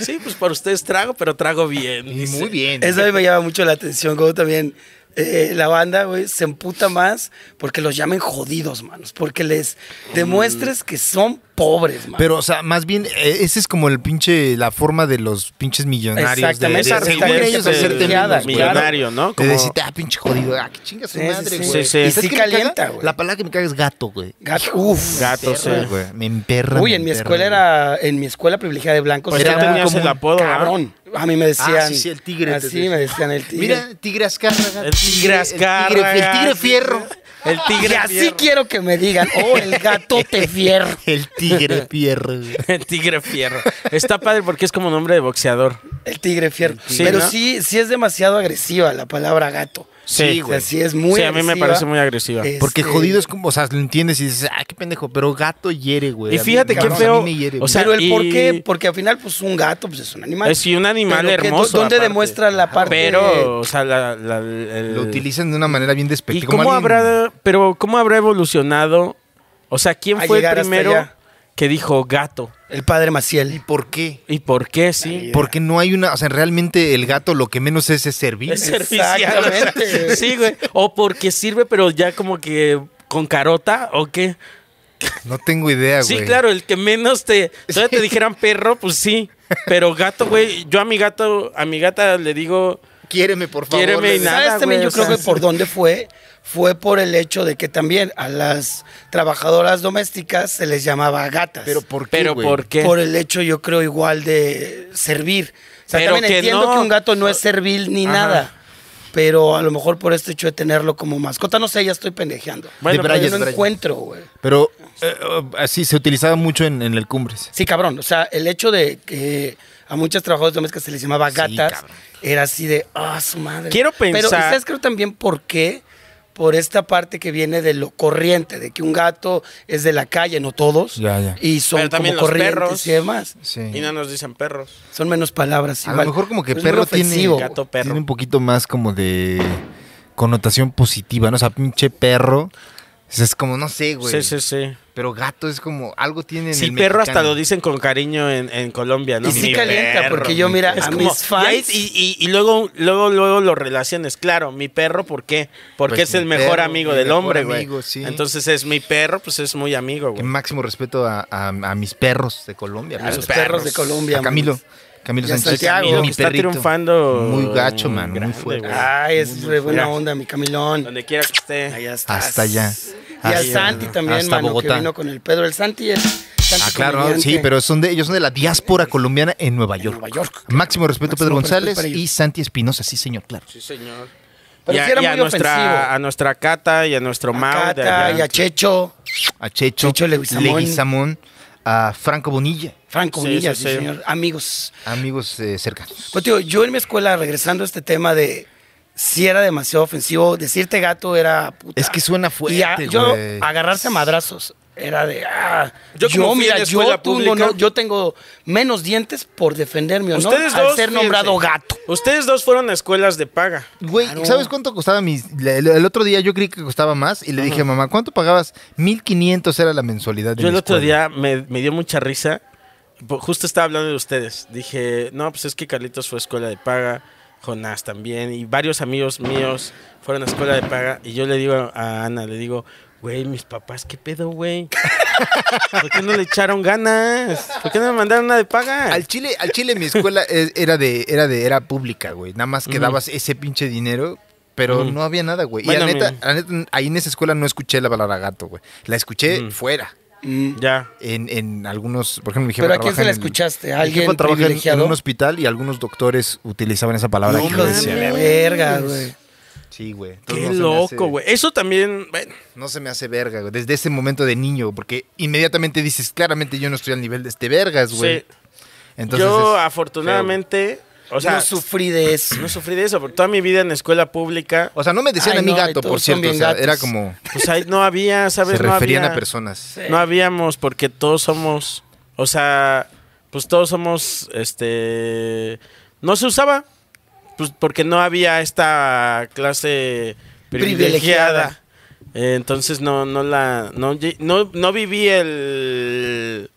Sí, pues para ustedes trago, pero trago bien.
Y
dice.
muy bien. ¿eh?
Eso a mí me llama mucho la atención, como también eh, la banda, güey, se emputa más porque los llamen jodidos, manos, porque les
Mm.
demuestres que son pobres, manos.
Pero, o sea, más bien, eh, ese es como el pinche, la forma de los pinches millonarios.
Exactamente,
de, de,
esa
según
riqueza
ellos
privilegiada,
hacerte menos, güey.
millonario, ¿no?
Te
Como-
decirte, ah, pinche jodido, ah, que chinga su
Sí, sí,
madre,
sí.
Sí,
güey.
sí.
¿Y
Y
sabes
sí
qué me caga?
calienta, güey.
La palabra que me caga es gato, güey.
Gato, uf.
Gato, sí.
Perra, güey. Me emperra.
Uy,
me
en mi
emperra,
escuela
güey.
era, en mi escuela privilegiada de blancos,
Pues
era
tú
muy
tenías
común,
el apodo, ¿verdad?
cabrón. A mí me decían,
Ah, sí, sí, el tigre te
Así
decían.
me decían el tigre.
Mira, tigre Azcárraga.
El tigre Azcárraga,
El tigre, el tigre
sí.
fierro.
El
y
tigre
así
fierro.
quiero que me digan, oh, el gato te fierro.
El tigre fierro. güey.
El tigre fierro. Está padre porque es como nombre de boxeador.
El tigre fierro.
Sí,
Pero
¿no?
sí, sí es demasiado agresiva la palabra gato.
Sí,
O sea,
güey.
sí es muy
Sí, a mí me
agresiva.
parece muy agresiva.
Porque
Este,
jodido es como, o sea, lo entiendes y dices, ah, qué pendejo, pero gato hiere, güey.
Y
A mí-
fíjate qué
cabrón,
feo,
a mí me hiere,
o
güey.
sea,
pero el
y-
por qué, porque al final, pues un gato, pues es un animal.
Es y un animal
Pero que-
hermoso.
¿Dónde
aparte.
demuestra la parte?
Pero, o sea, la, la- el-
lo utilizan de una manera bien
¿Y
despectiva. como
cómo
alguien-
habrá, pero cómo habrá evolucionado? O sea, ¿quién
A
fue el
llegar hasta
primero
allá.
que dijo gato?
El padre Maciel.
¿Por qué?
¿Y por qué sí?
Porque no hay una, o sea, realmente el gato lo que menos es es servir.
Es servicial. o sea,
Exactamente, güey.
sí, güey. O porque sirve, pero ya como que con carota o qué.
No tengo idea, güey.
Sí, claro, el que menos te. Todavía te dijeran perro, pues sí. Pero gato, güey. Yo a mi gato, a mi gata le digo.
Quiéreme, por favor.
Quiéreme
le
y
decía.
nada,
¿Sabes también?
güey,
Yo
o
creo
sea,
que por dónde fue, fue por el hecho de que también a las trabajadoras domésticas se les llamaba gatas.
Pero por qué,
Pero
güey?
¿por qué?
Por el hecho, yo creo, igual de servir. O sea,
Pero
también
que
entiendo
no.
que un gato no es servil ni
Ajá.
nada. Pero a lo mejor por este hecho de tenerlo como mascota, no sé, ya estoy pendejeando.
Bueno,
de
pero
Yo
Brian,
no
Brian.
encuentro, güey.
Pero eh, eh, así se utilizaba mucho en, en el Cumbres.
Sí, cabrón. O sea, el hecho de que a muchas trabajadoras domésticas se les llamaba
Sí,
gatas
cabrón.
era así de, ah, su madre.
Quiero
Pero
pensar-
¿y ¿sabes creo también por qué? por esta parte que viene de lo corriente, de que un gato es de la calle, no todos,
Ya, ya.
y son
Pero también
como
los
corrientes
perros.
y demás.
Sí.
Y no nos dicen perros.
Son menos palabras.
A lo
igual.
mejor como que
Pero es muy
perro tiene,
ofensivo.
Gato, perro.
tiene un poquito más como de connotación positiva, ¿no? O sea, pinche perro. o sea, Es como, no sé, güey.
Sí, sí, sí.
Pero gato es como, algo tiene en
Sí,
el
perro hasta
mexicano.
lo dicen con cariño en, en Colombia, ¿no?
Y sí
Mi
calienta,
perro,
porque yo,
mi
mira,
perro.
a
Es como-
mis fans-
Y, ahí- y- y- y luego, luego, luego lo relaciones. Claro, mi perro, ¿por qué? Porque
Pues
es
mi
el mejor
perro,
amigo
mi
del
mejor
hombre, güey.
amigo, sí.
Entonces es mi perro, pues es muy amigo,
Que
güey.
máximo respeto a, a- a mis perros de Colombia.
A
fíjate.
los perros de Colombia.
A Camilo.
manos.
Camilo
Y a
Sánchez.
Santiago,
Camilo,
que está triunfando
Muy gacho,
muy
mano.
grande,
muy fuerte.
güey.
Ay, es re buena
fuerte.
onda, mi Camilón.
Donde quiera que esté.
Allá estás.
Hasta allá.
Y al
Hasta-
Santi también,
hasta
mano, que
Bogotá.
vino con el Pedro. El Santi es. Santi
Ah, claro, ¿no?
comediante.
sí, pero son de, ellos son de la diáspora colombiana en Nueva York.
Nueva York.
Máximo respeto,
Máximo respeto
Pedro González
para ellos.
y Santi Espinosa, sí, señor, claro.
Sí, señor.
Pero
y a,
sí era
y a
muy ofensivo.
nuestra, a nuestra Cata y a nuestro Mau. de
A Cata
allá.
y a Checho.
A Checho,
Checho Leguizamón.
Leguizamón, a Franco Bonilla,
Franco
Sí,
Bonilla,
sí,
sí,
sí.
señor. Amigos.
amigos eh, cercanos.
Pues, tío, yo en mi escuela, regresando a este tema de si era demasiado ofensivo, decirte gato era puta.
Es que suena fuerte,
Y a- yo
güey.
agarrarse a madrazos era de ah,
Yo
yo,
como fui
mira,
en
yo
escuela
tengo,
pública-
no- yo tengo menos dientes por defender mi honor
Ustedes
al
dos,
ser nombrado
fíjense.
gato.
Ustedes dos fueron a escuelas de paga.
Güey, ¿sabes cuánto costaba mis...? la- la- el otro día yo creí que costaba más y le dije a mamá, ¿cuánto pagabas? 1500 era la mensualidad de
Yo
mi
el otro día
escuela.
me, me dio mucha risa. po- Justo estaba hablando de ustedes. Dije, no, pues es que Carlitos fue a escuela de paga, Jonás también, y varios amigos míos fueron a escuela de paga. Y yo le digo a Ana, le digo, güey, mis papás, ¿qué pedo, güey? ¿Por qué no le echaron ganas? ¿Por qué no me mandaron una de paga?
Al Chile, al Chile mi escuela eh, era de, era de, era pública, güey. Nada más que dabas ese pinche dinero, pero no había nada, güey.
Bueno,
y la neta,
mira.
la neta, ahí en esa escuela no escuché la palabra gato, güey. La escuché fuera.
Ya.
En, en algunos, por ejemplo, mi jefa
Pero ¿a quién
trabaja
se la
en el-
escuchaste? ¿A
mi jefa
alguien
trabaja en- en,
privilegiado?
un hospital y algunos doctores utilizaban esa palabra. que
Hijo
yo
de
decía,
la verga, güey.
Sí, güey.
Qué
Entonces no se me hace-
loco, güey. Eso también, bueno,
No se me hace verga, güey. Desde ese momento de niño, porque inmediatamente dices, claramente yo no estoy al nivel de este vergas, güey.
sí.
Entonces,
yo
es-
afortunadamente, o sea,
no sufrí de eso.
no sufrí de eso, porque toda mi vida en la escuela pública
O sea, no me decían
Ay,
a mí
no, y
gato, por
todos son
cierto. O
bien
sea,
gatos.
era como.
Pues ahí no había, ¿sabes?
Se
no
referían
había,
a personas.
No habíamos, porque todos somos. O sea, pues todos somos. Este. No se usaba. Pues porque no había esta clase privilegiada.
Privilegiada.
Eh, entonces no, no la. No, lle- no, no viví el.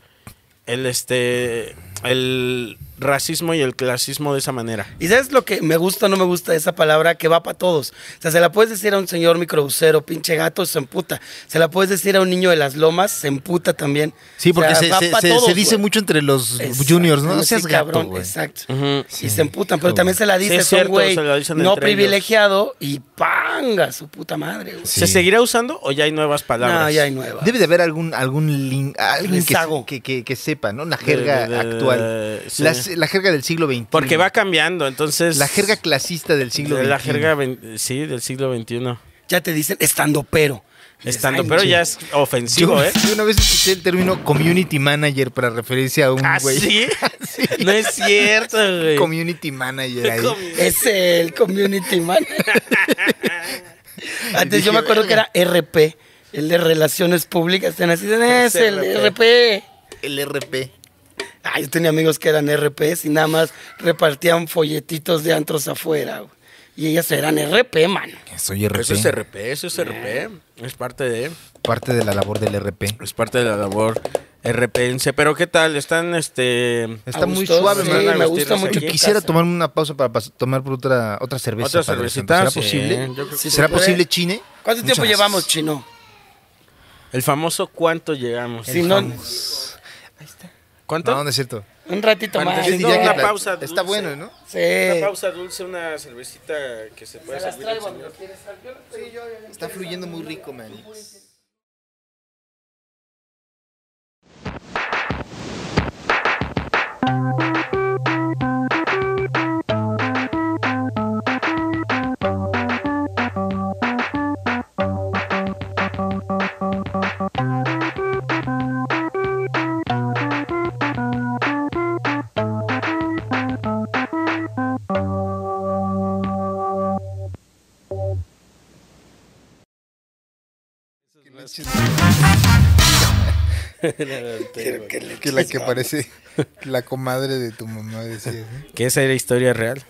El este. El racismo y el clasismo de esa manera.
Y sabes lo que me gusta o no me gusta de esa palabra que va para todos. O sea, se la puedes decir a un señor microbusero, pinche gato, se emputa. Se la puedes decir a un niño de las lomas, se emputa también.
Sí,
O
porque
sea,
se,
va
se-
pa'
se- se
todos,
dice
güey.
mucho entre los
Exacto,
juniors, ¿no? No
sí,
seas gato,
cabrón,
güey.
Exacto.
Ujú.
Sí.
Y se emputan, pero
Hijo,
también se la dice
es
a un
cierto,
güey
se la dicen
no
entre ellos.
privilegiado y panga su puta madre, güey.
Sí.
¿Se seguirá usando o ya hay nuevas palabras?
No, ya hay nueva.
Debe de haber algún, algún link, alguien que,
Rezago.
que, que- que sepa, ¿no? La
de-
jerga
de-
actual.
sí.
La, la jerga del siglo XXI.
Porque va cambiando, entonces.
La jerga clasista del siglo
de
XXI.
la jerga, vein- sí, del siglo XXI.
Ya te dicen estando pero.
Estando,
Ay,
pero
che.
ya es ofensivo,
Yo,
¿eh?
yo una vez escuché el término community manager para referirse a un
¿Ah,
güey.
sí? No es cierto, güey.
Community manager ahí.
Es el community man. Antes
dije,
yo me acuerdo que era RP, el de Relaciones Públicas. Te naciste es el RP.
El RP.
Ah, yo tenía amigos que eran RPs y nada más repartían folletitos de antros afuera. güey. Y ellas eran RP, man.
Soy RP.
Eso es RP, eso es RP. Eh. Es parte de.
Parte de la labor del RP.
Es parte de la labor RPNC. Pero ¿qué tal? Están este.
Está
A
muy
gusto,
suave,
sí,
man.
me gusta mucho.
Yo
Aquí.
quisiera
casa.
tomarme una pausa para pas- tomar por otra, otra cerveza.
Otra
Padre Santo.
cervecita,
¿Será
sí,
posible?
yo creo que
¿Será
sí.
posible, Chine?
¿Cuánto
Muchas
tiempo
gracias.
llevamos, Chino?
El famoso cuánto llegamos.
Si no,
¿Cuánto?
No, no es cierto.
un ratito
¿Cuánto?
más.
Yo
Yo
diría
¿no?
que una
pla-
pausa dulce.
Está bueno, ¿no?
Sí.
Una pausa dulce, una cervecita que se pueda servir. el señor.
Está fluyendo muy rico, man.
que
Que le-
Que la que parece la comadre de tu mamá decía. ¿no?
esa era historia real.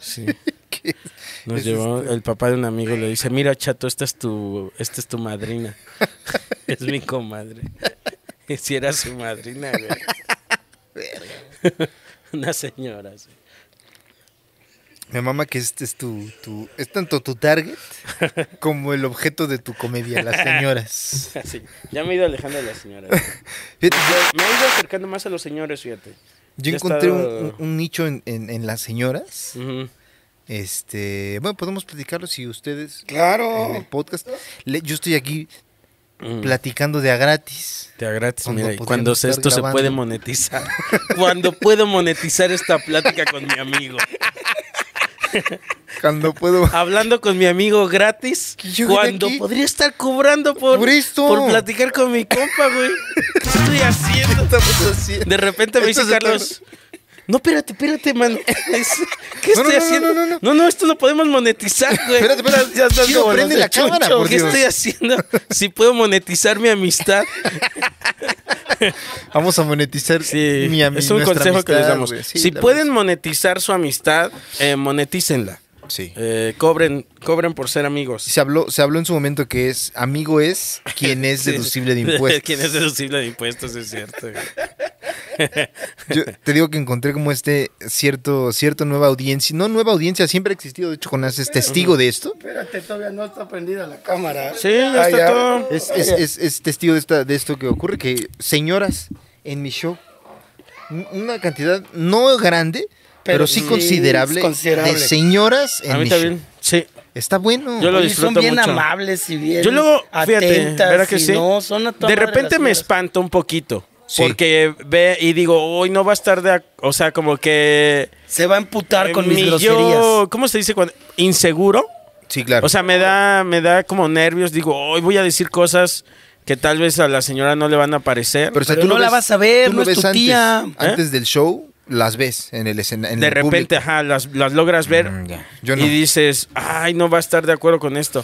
Sí.
¿Qué?
Nos
Es
llevó el papá de un amigo le dice, mira chato, esta es tu, esta es tu madrina. es mi comadre. Y si era su madrina, güey. Una señora, sí.
Mi mamá que este es tu, tu- es tanto tu target como el objeto de tu comedia, las señoras.
Así. Ah, Ya me he ido alejando de las señoras. güey.
Fíjate,
Me he ido acercando más a los señores, fíjate.
Yo,
Ya he
encontré un,
estado-
un- un nicho en, en- en las señoras.
Ujú.
Este, bueno, podemos platicarlo si ustedes en el
Claro.
podcast. Le- yo estoy aquí
Mm.
platicando de a gratis.
Te gratis,
Cuando
mira, y
podríamos
cuando se-
estar
esto se
grabando.
puede monetizar. cuando puedo monetizar esta plática con mi amigo.
Cuando puedo.
Hablando con mi amigo gratis.
Que yo
Cuando
aquí-
podría estar cobrando por,
Por esto.
por platicar con mi compa, güey. ¿Qué estoy haciendo?
Estamos haciendo-
De repente me
Esto
dice
se está-
Carlos. No, espérate, espérate, man. ¿Qué
No, no,
estoy
no, no,
haciendo?
no, no.
esto no podemos monetizar, güey.
Espérate, espérate.
Ya estás
Chido,
como los
prende
de
la cámara,
Chucho.
por
¿Qué
Dios.
estoy haciendo? Si puedo monetizar mi amistad.
Vamos a monetizar
Sí,
mi ami-
es un
nuestra
consejo que les
amistad,
damos.
güey. Sí,
si
la
pueden monetizar su amistad, eh, monetícenla.
verdad, sí.
Eh, cobren, cobren por ser amigos.
Se habló, se habló en su momento que es amigo es quien es deducible de impuestos.
Quien es deducible de impuestos, es cierto. güey.
Yo te digo que encontré como este cierto, cierto nueva audiencia. No nueva audiencia, siempre ha existido. De hecho, Jonás es testigo de esto.
Espérate, todavía no está prendida la cámara.
Sí, ya
Ah,
está todo.
Es, es- es- es testigo de, esta, de esto que ocurre. Que señoras en mi show, un- una cantidad no grande, pero,
Pero
sí
sí,
considerable,
es considerable.
de señoras en
A mí
mi
también.
show.
Sí.
Está bueno.
Yo lo
Oye,
disfruto
son bien
mucho.
amables y bien
Yo luego, fíjate,
atentas.
¿verdad que
y
sí?
No, son a toda
de
madre
repente
las
me
señoras.
espanto un poquito.
Sí.
Porque ve y digo, hoy no va a estar de. ac- O sea, como que.
Se va a emputar con
mi
mis
yo-
groserías.
¿Cómo se dice? cuando Inseguro.
Sí, claro.
O sea, me da, me da como nervios. Digo, hoy voy a decir cosas que tal vez a la señora no le van a parecer.
o sea,
Pero no la vas a ver, no es tu
antes,
tía.
Antes del show, las ves en el escenario.
¿Eh? de repente, ajá, las, las logras ver
Yo no.
y dices, ay, no va a estar de acuerdo con esto.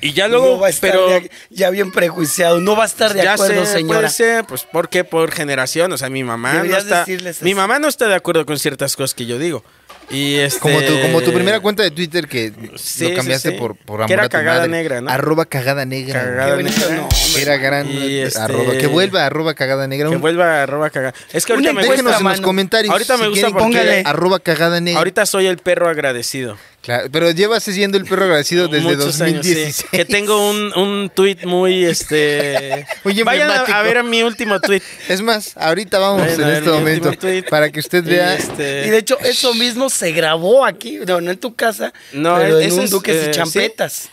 Y ya ah, luego,
No va a estar
pero
de- ya bien prejuiciado. No va a estar de
ya
acuerdo,
sé, puede
señora.
ser, pues porque por generación, o sea, mi mamá no
Deberías
está,
decirles
mi
eso.
mamá no está de acuerdo con ciertas cosas que yo digo. Y este,
Como tu, como tu primera cuenta de Twitter que
Sí,
lo cambiaste
sí, sí.
por, por
Que
amor
era
a tu
cagada
madre.
negra, ¿no?
Arroba cagada negra.
Cagada
Qué bonito
negra.
nombre. Era gran.
Y este-
arroba. Que vuelva, arroba cagada negra.
que
Un-
vuelva arroba cagar. Es que ahorita me
Déjenos
gusta,
en los
mano.
comentarios.
Ahorita me
si
gusta
quieren que
porque
quiera arroba cagada negra.
ahorita soy el perro agradecido.
Claro, pero llevas siendo el perro agradecido desde
Muchos años, sí.
2016.
Que tengo un, un tweet muy este.
Muy
Vayan a- a,
emblemático.
ver a mi último tweet.
Es más, ahorita vamos
Vayan a
en
ver
este
mi
momento
último tweet.
para que usted
Y,
vea.
este,
Y de hecho, eso mismo se grabó aquí. No, no en tu casa,
No,
pero
ese
en un
es,
Duques
eh,
y Champetas.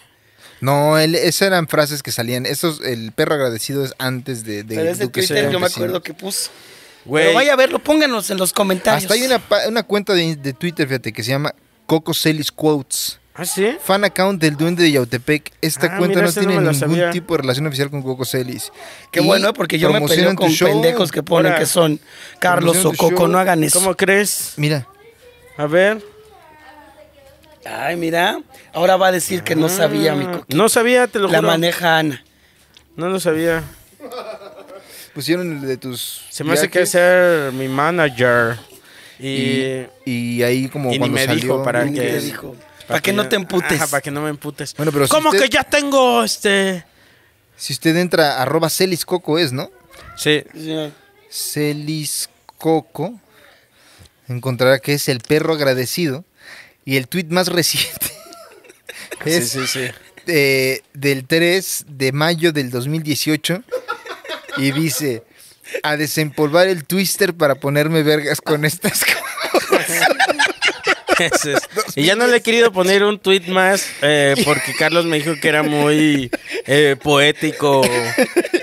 No, él- esas eran frases que salían. Esos, el perro agradecido es antes de, de
Pero ese
Duque
Twitter yo me
Campesino.
acuerdo que puso.
güey,
Pero vaya a verlo, pónganos en los comentarios.
Hasta hay una, pa- una cuenta de, de Twitter, fíjate, que se llama Coco Celis Quotes.
¿Ah, sí?
Fan account del Duende de Yautepec. Esta
Ah,
cuenta
mira,
no
ese no
tiene
me lo
ningún
sabía.
tipo de relación oficial con Coco Celis.
Qué
Y
bueno, eh, porque yo me peleo
promocionan tu
con
show.
pendejos que ponen
Ahora,
que son Carlos o
promocionan tu
Coco.
show.
No hagan eso.
¿Cómo crees?
Mira,
A ver.
Ay, mira. Ahora va a decir que no sabía, mi Coco.
Mm, No sabía, Ah, te lo
La
juro.
maneja Ana.
No lo sabía.
pusieron el de tus.
Se me hace que
viajes
ser mi manager. Y.
Y, y ahí como
y ni
cuando
me
salió.
dijo para
Ni
Ah, que-
te dijo. Para que no te emputes.
Ajá, para que no me emputes.
Bueno, pero si
¿Cómo
usted-
que ya tengo este?
Si usted entra, arroba Celis Coco es, ¿no?
Sí.
Sí.
Celis Coco. Encontrará que es el perro agradecido. Y el tweet más reciente es
Sí, sí, sí.
eh, del 3 de mayo del 2018 y dice a desempolvar el twister para ponerme vergas con estas cosas.
Ese es. Y ya no le he querido poner un tweet más eh, porque Carlos me dijo que era muy eh, poético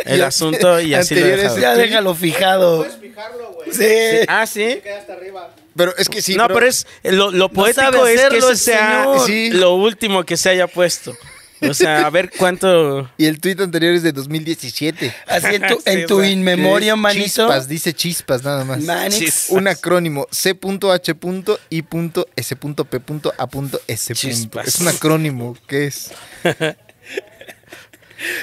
el asunto y así lo he
anteriores-
dejado.
Ya déjalo fijado. Sí.
Ah, sí.
Pero es que sí.
no,
bro.
pero es lo, lo poético
sabe
es que
hacerlo
eso
el
sea
señor.
Sí.
lo último que se haya puesto. O sea, a ver cuánto.
Y el tweet anterior es de 2017.
Así en tu,
Sí,
en tu
güey.
inmemoria,
Es
manito.
Chispas, dice chispas nada más.
Manix.
Un acrónimo C.H.I.S.P.A.S.
Chispas.
Es un acrónimo, ¿qué es?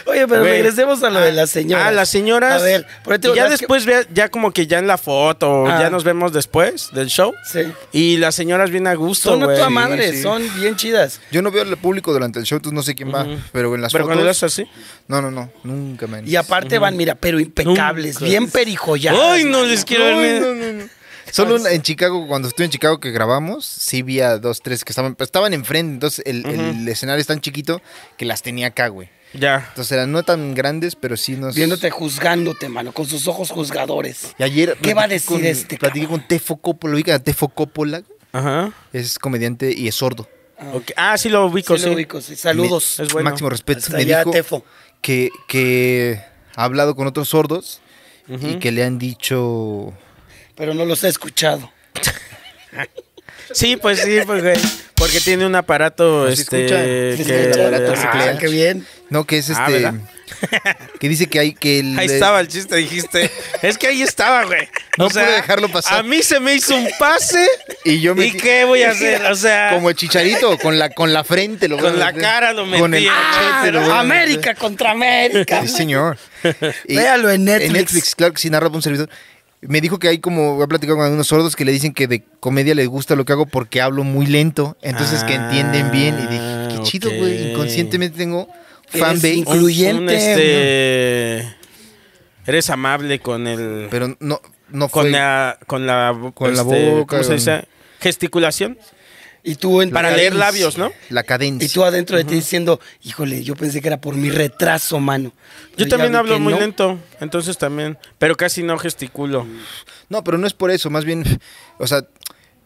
Oye, pero
Güey.
regresemos a lo de las señoras.
Ah, las señoras.
A ver, pero te digo,
y ya
las que-
después, vea- ya como que ya en la foto,
Ah.
ya nos vemos después del show.
Sí.
Y las señoras bien a gusto,
Son a
güey.
toda madre,
sí.
son bien chidas.
Yo no veo al público durante el show, entonces no sé quién va, pero en las
Pero cuando
fotos...
eres así.
No, no, no, nunca me...
Y aparte van, mira, pero impecables,
Nunca.
bien perijolladas.
Ay, no les quiero
Ay,
ver.
no, no, no. Solo en- en Chicago, cuando estuve en Chicago que grabamos, sí vi a dos, tres que estaban, pues, estaban enfrente, entonces el, el escenario es tan chiquito que las tenía acá, güey.
Ya.
Entonces eran no tan grandes, pero sí nos...
Viéndote juzgándote, mano, con sus ojos juzgadores.
Y ayer...
¿Qué va a
platiqué
decir
con-
este
Platiqué
cabrón?
con Tefo Coppola, ubica a Tefo Coppola,
Ajá.
es comediante y es sordo.
Ok. Ah, sí lo ubico,
Sí,
sí.
lo ubico, sí. Saludos.
Me-
Es bueno.
Máximo respeto.
Hasta
me
allá,
dijo
Tefo.
Que, que ha hablado con otros sordos y que le han dicho...
Pero no los he escuchado.
Sí, pues sí, pues, güey. Porque tiene un aparato,
¿Nos
este.
escuchan?
que-
Sí, el aparato
Ah,
se
Ah,
clea.
qué bien.
No, que es
Ah,
este...
¿verdad?
que dice que hay que... el-
Ahí estaba el chiste, dijiste. Es que ahí estaba, güey.
No pude dejarlo pasar.
A mí se me hizo un pase.
Y yo me...
¿Y qué voy a hacer? O sea,
Como el chicharito, con la, con la frente. Lo
Con la cara lo
Con el
metí. Ah,
cachete, lo voy a meter.
América contra América.
Sí, señor. Y
Véalo en Netflix.
En Netflix, claro que sí, narra por un servidor. Me dijo que hay como, he platicado con algunos sordos que le dicen que de comedia les gusta lo que hago porque hablo muy lento, entonces que entienden bien. Y dije, qué
Ah,
chido,
ok.
güey, inconscientemente tengo
Eres
fanbase.
inclu- Incluyente,
Un, este, eres amable con el.
Pero no, no fue.
con, la, con la.
Con la
este,
boca,
¿Cómo se
con-
dice? Gesticulación.
Y tú en-
Para leer labios, ¿no?
La cadencia.
Y tú adentro de ti diciendo, híjole, yo pensé que era por mi retraso, mano.
Yo
Pero ya
también
vi
hablo
que
muy
no.
lento, entonces también. Pero casi no gesticulo.
No, pero no es por eso, más bien, o sea,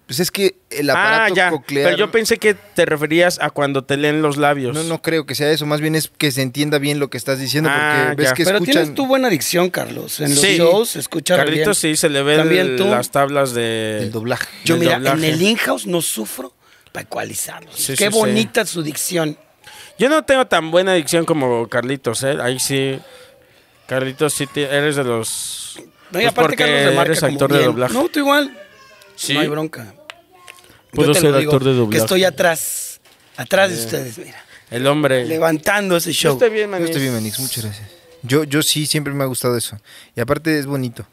pues es que el aparato
Ah, ya.
coclear.
Pero yo pensé que te referías a cuando te leen los labios.
no, no creo que sea eso, más bien es que se entienda bien lo que estás diciendo,
Ah,
porque ves
ya.
que
Pero
escuchan.
tienes tu buena adicción, Carlos. En los
Sí.
shows se escucha re
Carlitos
bien.
sí se le ven
También tú.
las tablas de.
El doblaje.
Yo,
del
mira, en
doblaje.
el in-house no sufro para ecualizarlos.
Sí,
Qué
sí, sí.
bonita su dicción.
Yo no tengo tan buena adicción como Carlitos, ¿eh? Ahí sí. Carlitos, sí, te- eres de los.
No, y
pues
aparte
porque
Carlos remarca
eres
como
actor de
bien.
doblaje.
No, tú igual.
Sí.
No hay bronca.
Puedo
Yo te lo
ser
digo,
actor de
Que
doblaje.
estoy atrás. Atrás de ustedes, mira.
El hombre.
Levantando ese show.
bien,
Yo estoy bien, Manix, muchas gracias. Yo, yo sí, siempre me ha gustado eso. Y aparte es bonito.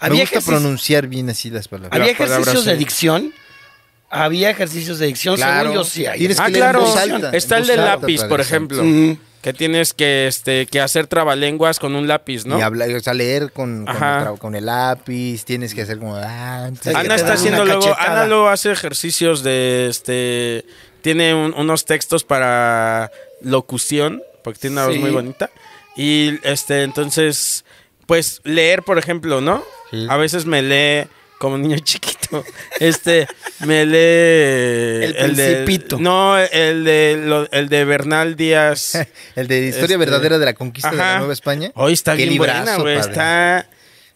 me
Había
gusta
ejercici-
pronunciar bien así las palabras.
Había
Las palabras,
ejercicios de
sí.
dicción. Había ejercicios de dicción.
Claro.
Según yo sí hay. Mm.
Tienes
Ah,
que leer en
claro.
voz alta, en
Está el
voz
de
alta
lápiz,
para
por
decir.
ejemplo.
Ujú.
Que tienes que, este, que hacer trabalenguas con un lápiz, ¿no?
Y hablar, o sea, leer con, con,
Ajá.
el, tra- con el lápiz, tienes que hacer como... Ah, entonces-
que te
Ana
dan
está haciendo
una
luego.
cachetada.
Ana luego hace ejercicios de este. Tiene un- unos textos para locución, porque tiene una voz
Sí.
muy bonita. Y este, entonces, pues leer, por ejemplo, ¿no? A veces me lee como niño chiquito. Este, me lee.
El
de-
Principito.
no, el de, lo- el de Bernal Díaz.
el de Historia
Este-
Verdadera de la Conquista de
Ajá.
la Nueva España.
Hoy está
Qué
bien buena,
librazo,
güey.
padre.
Está.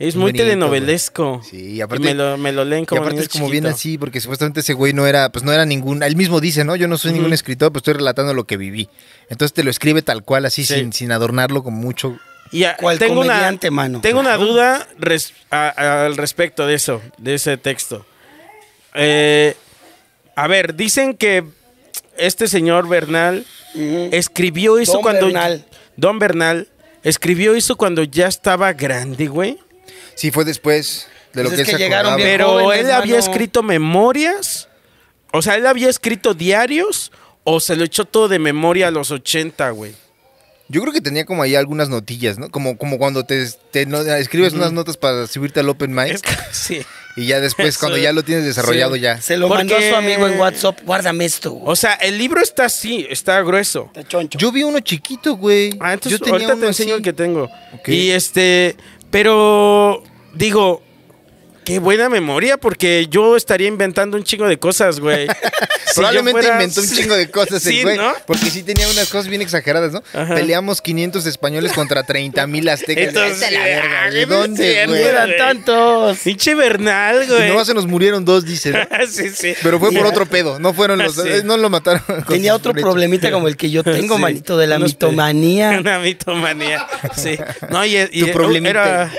Es
Qué
muy
bonito, güey.
telenovelesco.
Sí, y aparte-
me, lo, me lo leen
Y
como
aparte
niño
es como bien
chiquito.
así, porque supuestamente ese güey no era, pues no era ningún, él mismo dice, ¿no? Yo no soy ningún escritor, pues estoy relatando lo que viví. Entonces te lo escribe tal cual, así,
Sí.
sin, sin adornarlo con mucho.
Y a-
Cual
tengo una,
comediante, mano.
Tengo una duda res- a- al respecto de eso, de ese texto. Eh, a ver, dicen que este señor Bernal
Ujú.
escribió eso
Don
cuando.
Bernal.
Don Bernal escribió eso cuando ya estaba grande, güey.
Sí, fue después de lo
Pues
que,
es
él
que
se
llegaron
acordaba.
bien
Pero
jóvenes,
él había
mano.
escrito memorias. O sea, él había escrito diarios. O se lo echó todo de memoria a los 80, güey.
Yo creo que tenía como ahí algunas notillas, ¿no? Como, como cuando te, te no- escribes unas notas para subirte al Open Mic
Es que sí.
y ya después,
eso-
cuando ya lo tienes desarrollado,
sí.
ya.
Se lo
Porque-
mandó a su amigo en WhatsApp. Guárdame esto. güey.
O sea, el libro está así, está grueso.
Está choncho.
Yo vi uno chiquito, güey.
Ah, entonces
Yo tenía
ahorita te
uno así.
enseño el que tengo.
Ok.
Y este, pero digo, qué buena memoria, porque yo estaría inventando un chingo de cosas, güey. Si yo
Probablemente
fuera-
inventó un chingo de cosas el
Sí,
güey.
¿no?
Porque sí tenía unas cosas bien exageradas, ¿no?
Ajá.
Peleamos 500 españoles contra 30 mil aztecas.
Entonces,
Vete a la verga,
ah,
¿de
no es
dónde,
cierto,
güey?
era-
Eran
güey.
tantos.
Pinche Bernal,
Y
güey. Ah,
nomás se nos murieron dos, dice. ¿no?
sí, sí.
Pero fue por otro pedo. No fueron los...
Sí.
eh, No lo mataron. con
Tenía
sus
otro
flechas.
problemita como el que yo tengo,
Sí.
manito, de la
Unos pe-
mitomanía.
Una mitomanía. Sí. No, y, y-
Tu problemita.
era-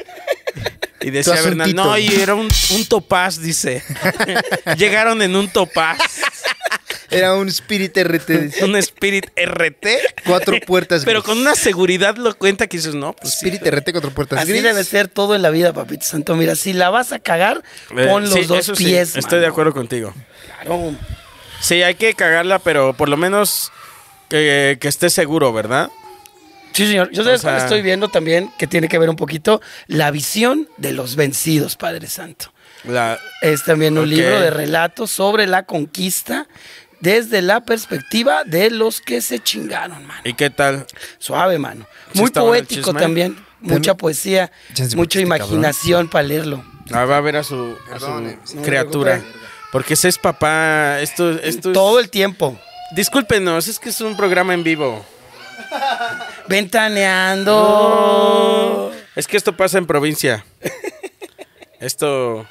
Y decía Bernal,
asuntito.
no, y era un, un topaz, dice. Llegaron en un topaz.
Era un Spirit RT.
Un Spirit RT.
Cuatro puertas
Pero
gris.
con una seguridad lo cuenta que dices, no, pues sí.
Spirit RT, cuatro puertas
Así
gris.
debe ser todo en la vida, papito santo. Mira, si la vas a cagar, pon
Eh,
los
sí,
dos
eso sí,
pies.
estoy de
mano.
acuerdo contigo.
Claro.
Sí, hay que cagarla, pero por lo menos que, que esté seguro, ¿verdad?
Sí, señor. Yo sabes
O sea-
cuál estoy viendo también que tiene que ver un poquito la visión de los vencidos, Padre Santo.
La,
Es también un
Ok.
libro de relatos sobre la conquista desde la perspectiva de los que se chingaron, mano.
¿Y qué tal?
Suave, mano.
Sí
Muy
está bueno el
poético
chisme.
también. Mucha poesía,
Chance,
mucha
este cabrón.
imaginación para leerlo.
Ah, va a ver a su, a su criatura. Porque ese es papá. Esto, esto es-
Todo el tiempo.
Discúlpenos, es que es un programa en vivo.
Ventaneando.
Es que esto pasa en provincia. Esto.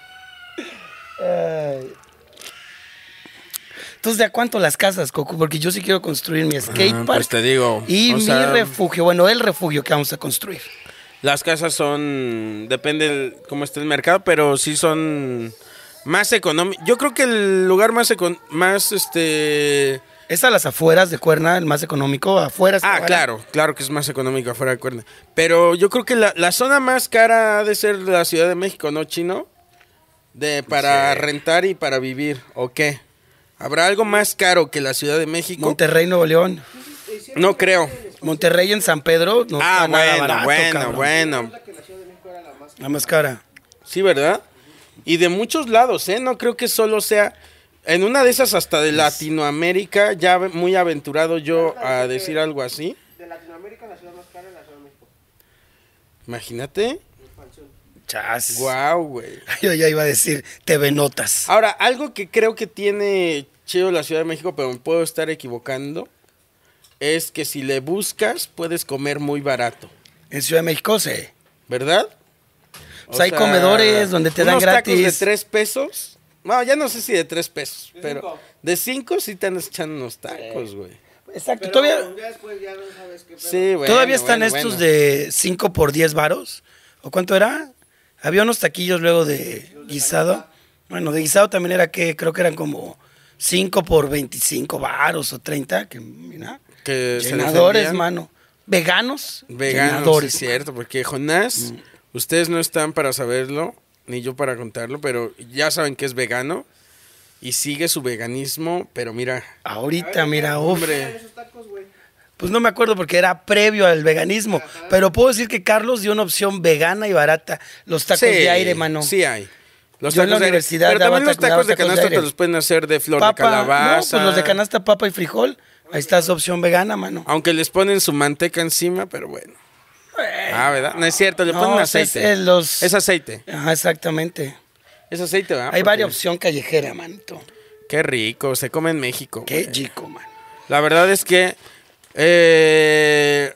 Entonces, ¿de a cuánto las casas, Coco? Porque yo sí quiero construir mi
Ah,
skatepark.
pues te digo,
Y
o
mi
sea-
refugio, bueno, el refugio que vamos a construir.
Las casas son. Depende el- cómo esté el mercado, pero sí son más económicas. Yo creo que el lugar más. econ- más este.
Es a las afueras de Cuerna, el más económico, afuera. está
Ah,
barato.
claro, claro que es más económico afuera de Cuerna. Pero yo creo que la, la zona más cara ha de ser la Ciudad de México, ¿no, chino? De, para rentar y para vivir, ¿o qué? ¿Habrá algo más caro que la Ciudad de México?
Monterrey, Nuevo León.
no creo.
Monterrey en San Pedro. No
ah,
está nada
bueno,
barato,
bueno,
cabrón.
bueno.
La más cara.
Sí, ¿verdad? Y de muchos lados, ¿eh? No creo que solo sea... En una de esas hasta de Latinoamérica, ya ve- muy aventurado yo a decir algo así.
De Latinoamérica, la ciudad más cara es la ciudad de México.
Imagínate.
Chas.
Guau, güey.
Yo ya iba a decir TV Notas.
Ahora, algo que creo que tiene chido la Ciudad de México, pero me puedo estar equivocando, es que si le buscas, puedes comer muy barato,
En Ciudad de México, sí.
¿verdad?
O sea, Pues hay comedores donde te dan
unos tacos
gratis.
de tres pesos. No, ya no sé si de tres pesos, pero de cinco sí te andan echando unos tacos, güey.
Exacto. todavía
Ya después ya no sabes qué pedo.
Sí, bueno,
todavía están
bueno, bueno.
estos de 5 por 10 varos. ¿O cuánto era? Había unos taquillos luego de guisado. Bueno, de guisado también era que creo que eran como 5 por 25 varos o 30. Que, mira,
Que se
llenadores,
defendían.
mano. Veganos.
Veganos, sí
llenadores,
es cierto, porque
Mm.
Jonás, ustedes no están para saberlo, ni yo para contarlo, pero ya saben que es vegano y sigue su veganismo, pero mira,
mano. Ahorita, mira, uf.
hombre,
Pues no me acuerdo porque era previo al veganismo. Pero puedo decir que Carlos dio una opción vegana y barata. Los tacos
sí,
de aire, mano.
Sí hay. Los
Yo en la
tacos de aire,
universidad
pero
daba
también los
tacos-
tacos
daba
de
tacos de
canasta te
aire.
los pueden hacer de flor de
Papa, no,
calabaza.
pues los de canasta, papa y frijol. Ahí está su opción vegana, mano.
Aunque les ponen su manteca encima, pero bueno. Ah, ¿verdad? No es cierto, le
No,
ponen
es-
aceite.
es los-
Es aceite.
Ajá, exactamente.
Es aceite, ¿verdad? Porque-
Hay varias opción callejera, manito.
Qué rico, se come en México.
Qué
güey.
chico, man.
La verdad es que eh,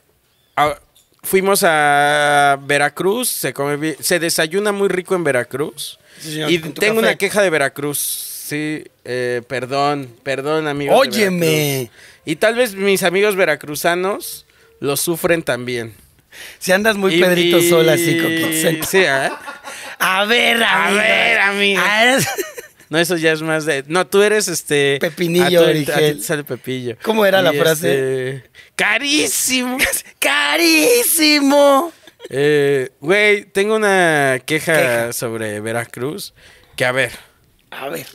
a- fuimos a Veracruz, se, come bi- se desayuna muy rico en Veracruz.
Sí, señor,
y
con tu
tengo
café.
una queja de Veracruz. Sí, eh, perdón, perdón, amigos. de
Óyeme.
Veracruz. Y tal vez mis amigos veracruzanos lo sufren también.
Si andas muy
Y-
Pedrito
y-
sola, así, con
Sí, ¿eh?
A ver,
A
amigo. Ah,
ver, amigo.
A ver.
No, eso ya es más de. No, tú eres este.
Pepinillo
a tu- a ti te
Origel.
sale Pepillo.
¿Cómo era la
Y,
frase?
este, ¡Carísimo!
¡Carísimo!
Eh, Güey, tengo una queja, sobre Veracruz. Que a ver,
A ver.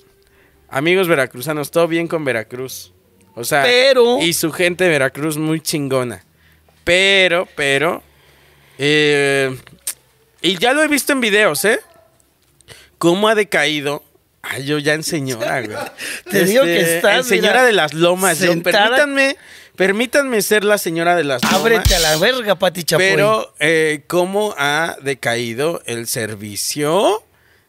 amigos veracruzanos, todo bien con Veracruz. O sea,
Pero-
y su gente de Veracruz muy chingona. Pero, pero. eh, y ya lo he visto en videos, ¿eh? ¿Cómo ha decaído? Ay, yo ya en señora, güey. Este,
Te digo que estás,
En señora
mira,
de las lomas. yo,
sentada.
permítanme, permítanme ser la señora de las lomas.
Ábrete a la verga, Pati Chapoy.
Pero, eh, ¿cómo ha decaído el servicio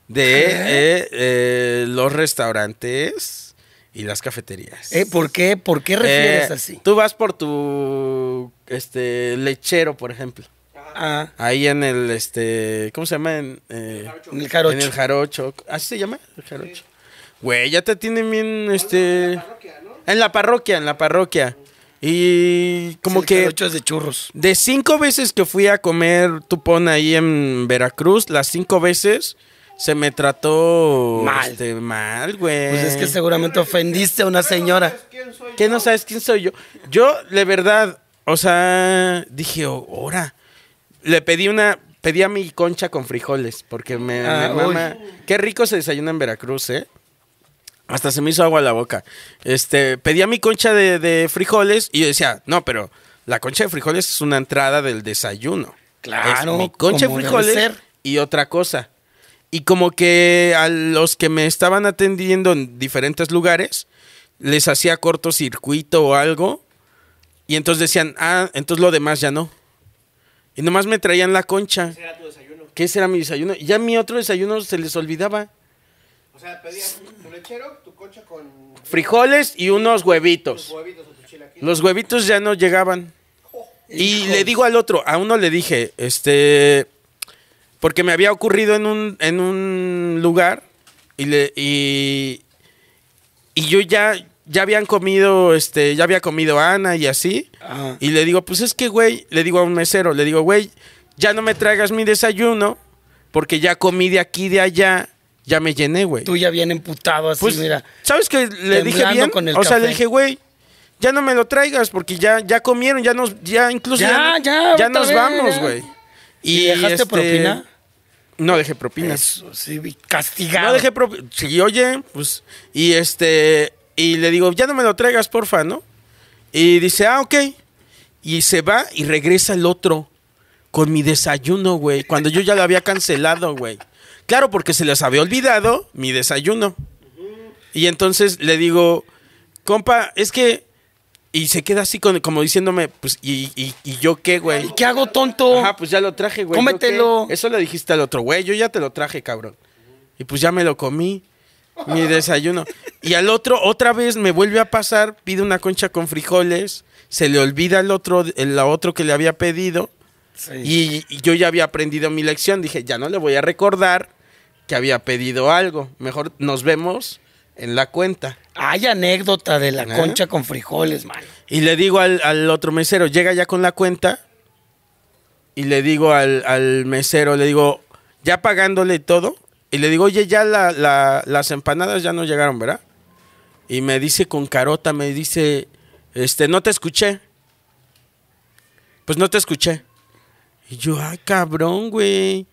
de eh, eh, los restaurantes y las cafeterías?
Eh, ¿Por qué? ¿Por qué refieres
Eh,
así?
Tú vas por tu este lechero, por ejemplo.
Ah,
Ahí en el, este, ¿cómo se llama? En, eh,
en el jarocho.
en el jarocho. ¿Así se llama? El jarocho. Güey, ya te tienen bien, este... En la parroquia, en la parroquia. Y como
El
que...
jarocho es de churros.
De cinco veces que fui a comer tupón ahí en Veracruz, las cinco veces se me trató
Mal.
este, mal, güey.
Pues es que seguramente ofendiste a una señora.
¿Qué no sabes quién soy yo? Yo, de verdad, o sea, dije, "Oh, ora. Le pedí una, pedí a mi concha con frijoles, porque me,
Ah,
me mama. Qué rico se desayuna en Veracruz, ¿eh? Hasta se me hizo agua la boca. Este, pedí a mi concha de, de frijoles y yo decía, no, pero la concha de frijoles es una entrada del desayuno.
Claro,
Es mi concha de
como debe
frijoles
ser.
y otra cosa. Y como que a los que me estaban atendiendo en diferentes lugares, les hacía cortocircuito o algo. Y entonces decían, ah, entonces lo demás ya no. Y nomás me traían la concha. ¿Qué era tu desayuno? ¿Qué será mi desayuno? Y ya mi otro desayuno se les olvidaba.
O sea, pedías tu lechero, tu concha con
Frijoles y unos huevitos.
huevitos o Oh. tu chilaquil.
Los huevitos ya no llegaban. Y le digo al otro, a uno le dije, este, porque me había ocurrido en un, en un lugar y, le, y, y yo ya, ya habían comido, este, ya había comido Ana y así.
Ajá.
Y le digo, pues es que, güey, le digo a un mesero, le digo, güey, ya no me traigas mi desayuno porque ya comí de aquí, de allá, ya me llené, güey.
Tú ya bien emputado así,
Pues,
mira.
¿sabes que le dije
temblando
bien?
con el
o sea, le
café.
dije, güey, ya no me lo traigas porque ya, ya comieron, ya nos, ya incluso
Ya,
no-
ya, vete a
nos
ver,
vamos,
ya.
güey. este,
¿Y dejaste propina?
No dejé propinas.
Eso, sí, vi- castigado.
No dejé propinas. Sí, oye, pues, y este, y le digo, ya no me lo traigas, porfa, ¿no? Y dice, ah, ok. Y se va y regresa el otro con mi desayuno, güey, cuando yo ya lo había cancelado, güey. Claro, porque se les había olvidado mi desayuno. Y entonces le digo, compa, es que... Y se queda así con- como diciéndome, pues, ¿y, y, y yo qué, güey?
¿Y qué hago, tonto?
Ajá, pues ya lo traje, güey. ¿yo
Cómetelo.
qué? Eso le dijiste al otro, güey, yo ya te lo traje, cabrón. Y pues ya me lo comí, mi desayuno. Y al otro, otra vez me vuelve a pasar, pide una concha con frijoles, se le olvida el otro, el otro que le había pedido.
Sí.
Y, y yo ya había aprendido mi lección. Dije, ya no le voy a recordar que había pedido algo. Mejor nos vemos en la cuenta.
Hay anécdota de la
¿Eh?
concha con frijoles, man.
Y le digo al, al otro mesero, llega ya con la cuenta. Y le digo al, al mesero, le digo, ya pagándole y todo. Y le digo, oye, ya la- la- las empanadas ya no llegaron, ¿verdad? Y me dice con carota, me dice, este, no te escuché. Pues no te escuché. Y yo, ay, cabrón, güey.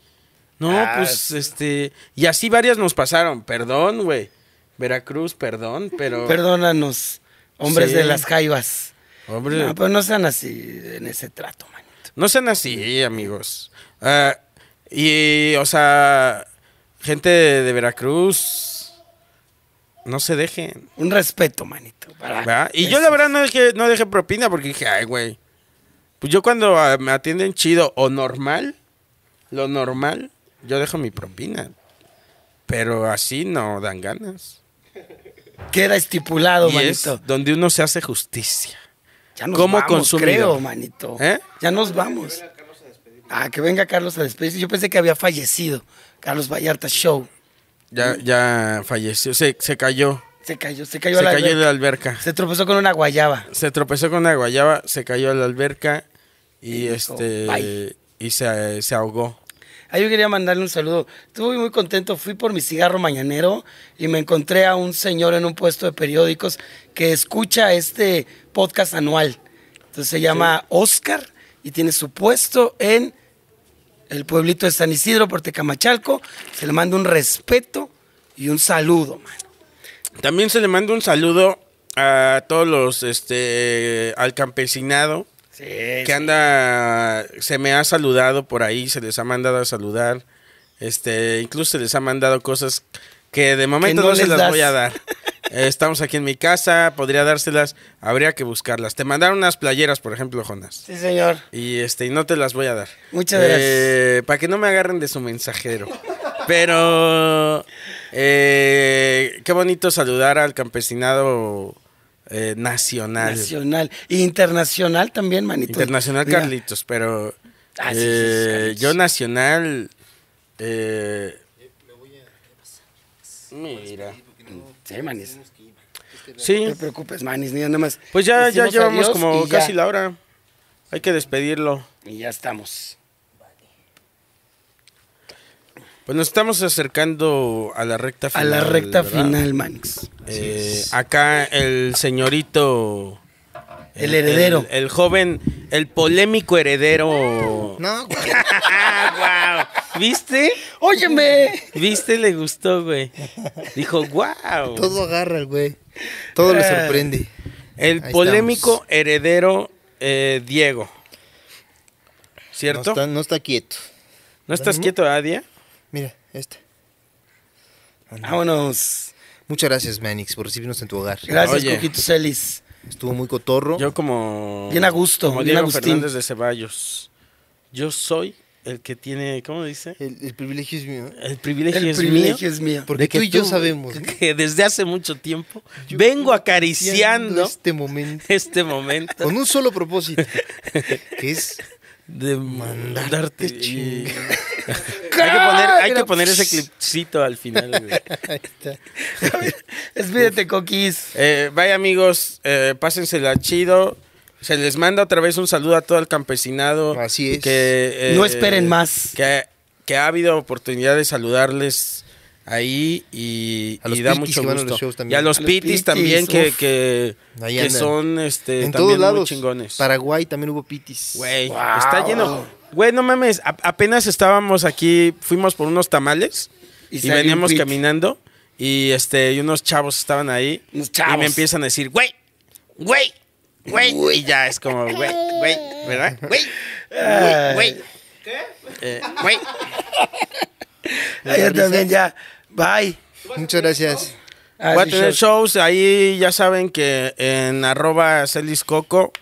No, pues, este... Y así varias nos pasaron, perdón, güey. Veracruz, perdón, pero...
Perdónanos, hombres
Sí.
de las jaivas.
Hombre,
No, pero no sean así en ese trato, man.
No sean así, amigos. Ah, y, o sea, gente de, de Veracruz, no se dejen.
Un respeto, manito. para-
¿verdad? Y yo, la verdad, no dejé, no dejé propina porque dije, ay, güey. Pues yo cuando ah, me atienden chido o normal, lo normal, yo dejo mi propina. Pero así no dan ganas.
Queda estipulado,
Y es
manito.
donde uno se hace justicia.
Ya nos
Como
vamos,
consumidor.
creo, manito.
¿Eh?
Ya nos vamos. Ah, que venga Carlos a despedirse. Yo pensé que había fallecido. Carlos Vallarta Show.
Ya, ya falleció, se, se cayó.
Se cayó, se
Se
cayó a la
cayó en la
alberca.
alberca.
Se tropezó con una guayaba.
se tropezó con una guayaba, se cayó a la alberca y,
Y dijo,
este
"Bye".
y se, se ahogó.
Ahí Ah, yo quería mandarle un saludo. Estuve muy contento, fui por mi cigarro mañanero y me encontré a un señor en un puesto de periódicos que escucha este podcast anual. Entonces se llama Oscar y tiene su puesto en el pueblito de San Isidro, Portecamachalco. Se le manda un respeto y un saludo, man.
También se le manda un saludo a todos los este al campesinado que anda se me ha saludado por ahí, se les ha mandado a saludar. Este, incluso se les ha mandado cosas que de momento
no
no, se
les
las
das.
voy a dar. Eh, Estamos aquí en mi casa, podría dárselas, habría que buscarlas. Te mandaron unas playeras, por ejemplo, Jonas.
Sí, señor.
Y este, y no te las voy a dar. Eh,
Muchas gracias.
para que no me agarren de su mensajero. Pero eh, qué bonito saludar al campesinado eh, nacional.
Nacional. E Internacional también, manito.
Internacional
Mira,
Carlitos, pero
Ah, sí, sí, sí,
eh,
Carlitos.
yo nacional. eh, Mira.
Sí, manis. No
Sí,
te preocupes, manis, ni nada más.
pues ya, ya
Decimos
llevamos
adiós
como
y ya.
casi la hora. Hay que despedirlo.
Y ya estamos.
Pues nos estamos acercando a la recta
A
final.
la recta
¿verdad?
final, Manix.
Eh, acá el señorito.
El heredero.
El, el joven, el polémico heredero.
No, güey.
Ah, wow. ¿Viste?
¡Óyeme!
¿Viste? Le gustó, güey. Dijo, wow.
Todo agarra el güey. Todo le
Ah,
sorprende.
El
Ahí
polémico heredero eh, Diego.
No
¿Cierto? No,
está, no está quieto.
estás quieto, Adia?
Mira, esta. Anda.
Vámonos.
Muchas gracias, Manix, por recibirnos en tu hogar.
Gracias,
Oye.
Coquito Celis.
Estuvo muy cotorro.
Yo como...
Bien a gusto,
Como
bien
Diego
Agustín.
Fernández de Ceballos. Yo soy el que tiene... ¿Cómo dice?
El, el privilegio es mío. ¿eh?
El privilegio
El
es
privilegio
mío.
es mío.
Porque
De que
tú y yo
tú-
sabemos.
Que desde hace mucho tiempo vengo acariciando este,
este momento.
momento
Con un solo propósito. Que es.
de mandarte.
ching-
hay, que poner, hay que poner ese clipcito al final. güey.
Ahí está.
Despídete, Coquis.
Eh, vaya amigos, eh, pásensela chido. Se les manda otra vez un saludo a todo el campesinado.
Así es.
Que, eh,
No esperen más.
Que, que ha habido oportunidad de saludarles ahí y,
A
y
los
da
pitis
mucho
que van a
gusto.
los shows
Y
también.
a los
A los
pitis,
pitis,
también que,
uf.
que,
Ahí
que
andan.
son este, también
en todos
muy
lados.
chingones.
Paraguay también hubo pitis.
Güey, está lleno. Güey, no mames, a- apenas estábamos aquí, fuimos por unos tamales
Y
y,
salió un
veníamos
pit.
caminando y este y unos chavos estaban ahí
Unos chavos.
y me empiezan a decir, "Güey, güey, güey." Y ya es como, "Güey, güey", ¿verdad? "Güey, güey, güey." Eh, güey.
Yo también Ah, ya. Bye.
Muchas gracias.
Ah,
Voy a tener shows ahí, ya saben que en arroba Celis Coco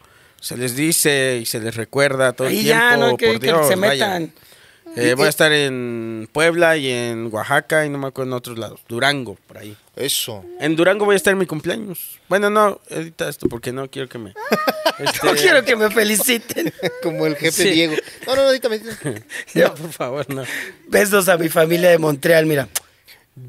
se les dice y se les recuerda todo el
Ahí
tiempo.
ya, no hay que,
por
que
Dios,
se
vayan.
metan.
Eh, voy a estar en Puebla y en Oaxaca y no me acuerdo en otros lados. Durango, por ahí.
Eso.
En Durango voy a estar en mi cumpleaños. Bueno, no, edita esto porque no quiero que me... este,
No quiero que me feliciten.
Como el jefe
Sí.
Diego. No, no, no, ahorita me-
No, por favor, no.
Besos a mi familia de Montreal, mira.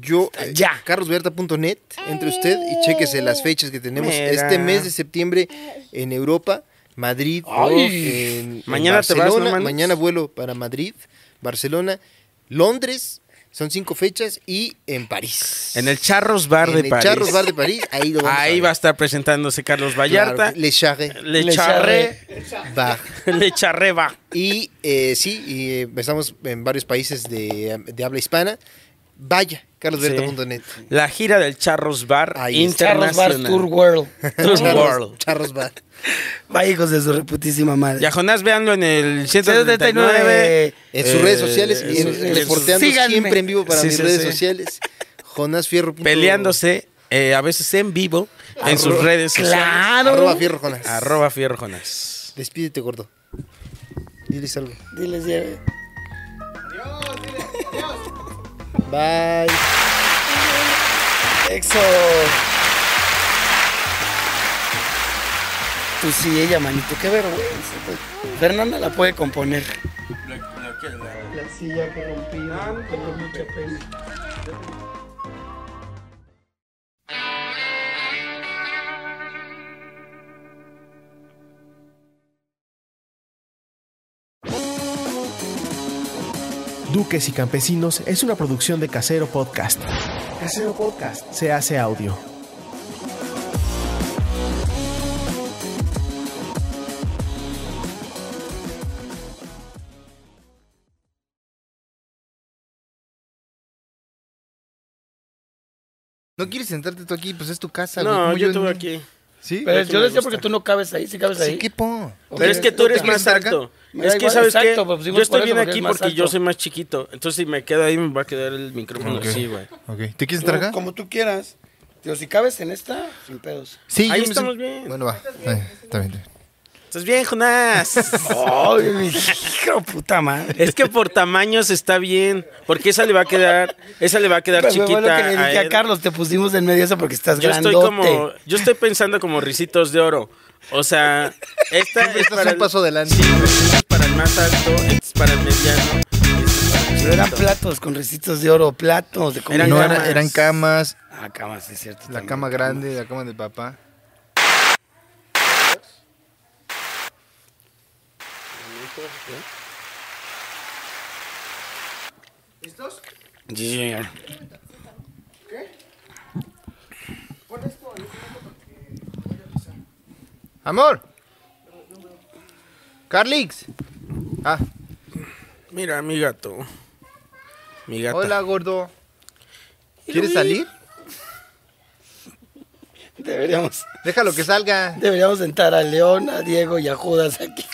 Yo, eh,
Ya.
carlosberta.net, entre usted y chéquese las fechas que tenemos
Mira.
este mes de septiembre en Europa, Madrid, en- en
Mañana te vas,
Barcelona,
¿no, Manuel?
mañana vuelo para Madrid, Barcelona, Londres, son cinco fechas, y en París.
En el Charros Bar
En
de
el
París.
Charros Bar de París, ahí lo vamos
Ahí
a
va a
ver.
estar presentándose Carlos
Claro,
Vallarta.
Le Charre,
le,
Le
charré.
Bar.
Le charré va.
Y eh, sí, y, eh, estamos en varios países de, de habla hispana. Vaya, carlosberta.net.
La gira del Charros Bar
Ahí está.
Internacional.
Charles Bar Tour World.
Tour
Charros,
World.
Charros Bar.
Vaya hijos de su reputísima madre.
Y a Jonás, véanlo en el 179.
179.
En sus
Eh,
redes sociales,
en
y en-
sus redes.
reporteando
Síganme.
siempre en vivo para
Sí,
mis
sí,
redes
sí.
sociales. Jonás Fierro. punto-
peleándose eh, a veces en vivo en sus redes sociales.
Claro.
Arroba Fierro Jonás.
Arroba Fierro Jonás.
Despídete, gordo. Diles algo.
Diles, ya.
Bye.
Exo. Tú Pues sí, ella, manito, qué vergüenza. pues. Fernanda la puede componer. La silla que rompí, con mucha pena.
Duques y Campesinos es una producción de Casero Podcast. Casero Podcast se hace audio.
¿No quieres sentarte tú aquí? Pues es tu casa. güey.
No,
¿Cómo
yo
en-
estuve aquí.
¿Sí?
Pero
que
yo
me
decía
gusta.
porque tú no cabes ahí, sí cabes
Sí,
ahí.
¿qué pon?
Pero es que tú eres
¿Quieres
más
estar acá?
alto.
Me da
Es que,
igual,
¿sabes
exacto,
qué?
pues, digo,
yo
por
estoy
eso,
bien
porque
aquí
es más
porque yo
alto.
soy más chiquito. Entonces, si me quedo ahí, me va a quedar el micrófono
Ok.
así, güey.
Ok. ¿Te quieres estar acá?
Como tú quieras. Digo, si cabes en esta, sin pedos.
Sí,
Ahí
yo me
estamos
siento-
bien.
Bueno, va. Ahí, Está bien. está bien.
¿Estás bien, Jonás?
Ay, mi hijo, puta madre.
es que por tamaños está bien. Porque esa le va a quedar, esa le va a quedar
Pero
chiquita
fue lo Pues, que le
a
dije a,
él.
Carlos, te pusimos en medio eso porque estás
Yo estoy
grandote.
como, yo estoy pensando como risitos de oro. O sea, esta es
Estás
para
un
el,
paso adelante.
sí, esta es para el más alto, esta es para el mediano. esta es para el
Pero eran
chiquito.
platos con recitos de oro, platos de comida.
Eran
No,
camas.
era- eran camas,
Ah, camas, sí, es cierto.
la
también.
cama grande, la cama de papá.
Yeah.
Amor. Carlix. Ah,
Mira, mi gato. Mi gato.
hola, gordo. ¿Quieres salir?
Deberíamos,
Déjalo que salga.
deberíamos sentar a León, a Diego y a Judas aquí.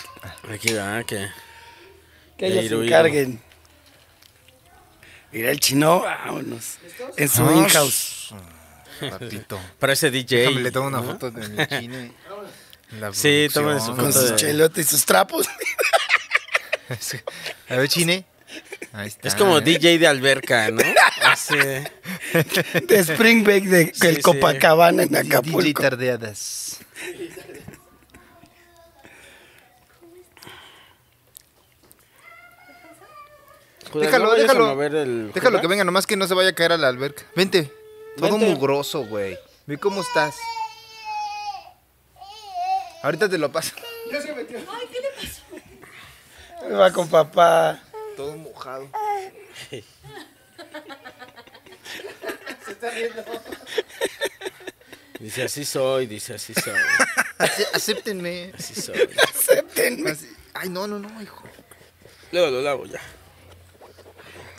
Aquí va, que.
Que ellos
Iru, Iru.
se encarguen. Mira el chino, vámonos. En su in-house.
Patito.
Parece DJ.
Déjame, le tomo una foto de mi chino. La
Sí, tómale su
producción.
Con sus
de-
chelotes y sus trapos.
A ver, chine. Ahí está.
Es como
¿eh?
DJ de alberca, ¿no? Así.
De Spring Break de,
Sí,
del
sí.
Copacabana en
DJ
Acapulco.
tardeadas. Déjalo,
vayas a
déjalo.
mover el-
Déjalo que venga, nomás que no se vaya a caer a la alberca. Vente. Todo mugroso, güey. Ve cómo estás. Ahorita te lo paso.
Me Va con papá.
Todo mojado.
Dice, así soy, dice, así soy.
Ace- acéptenme.
Así soy.
Acéptenme.
Así- Ay, no, no, no, hijo.
Luego lo lavo ya.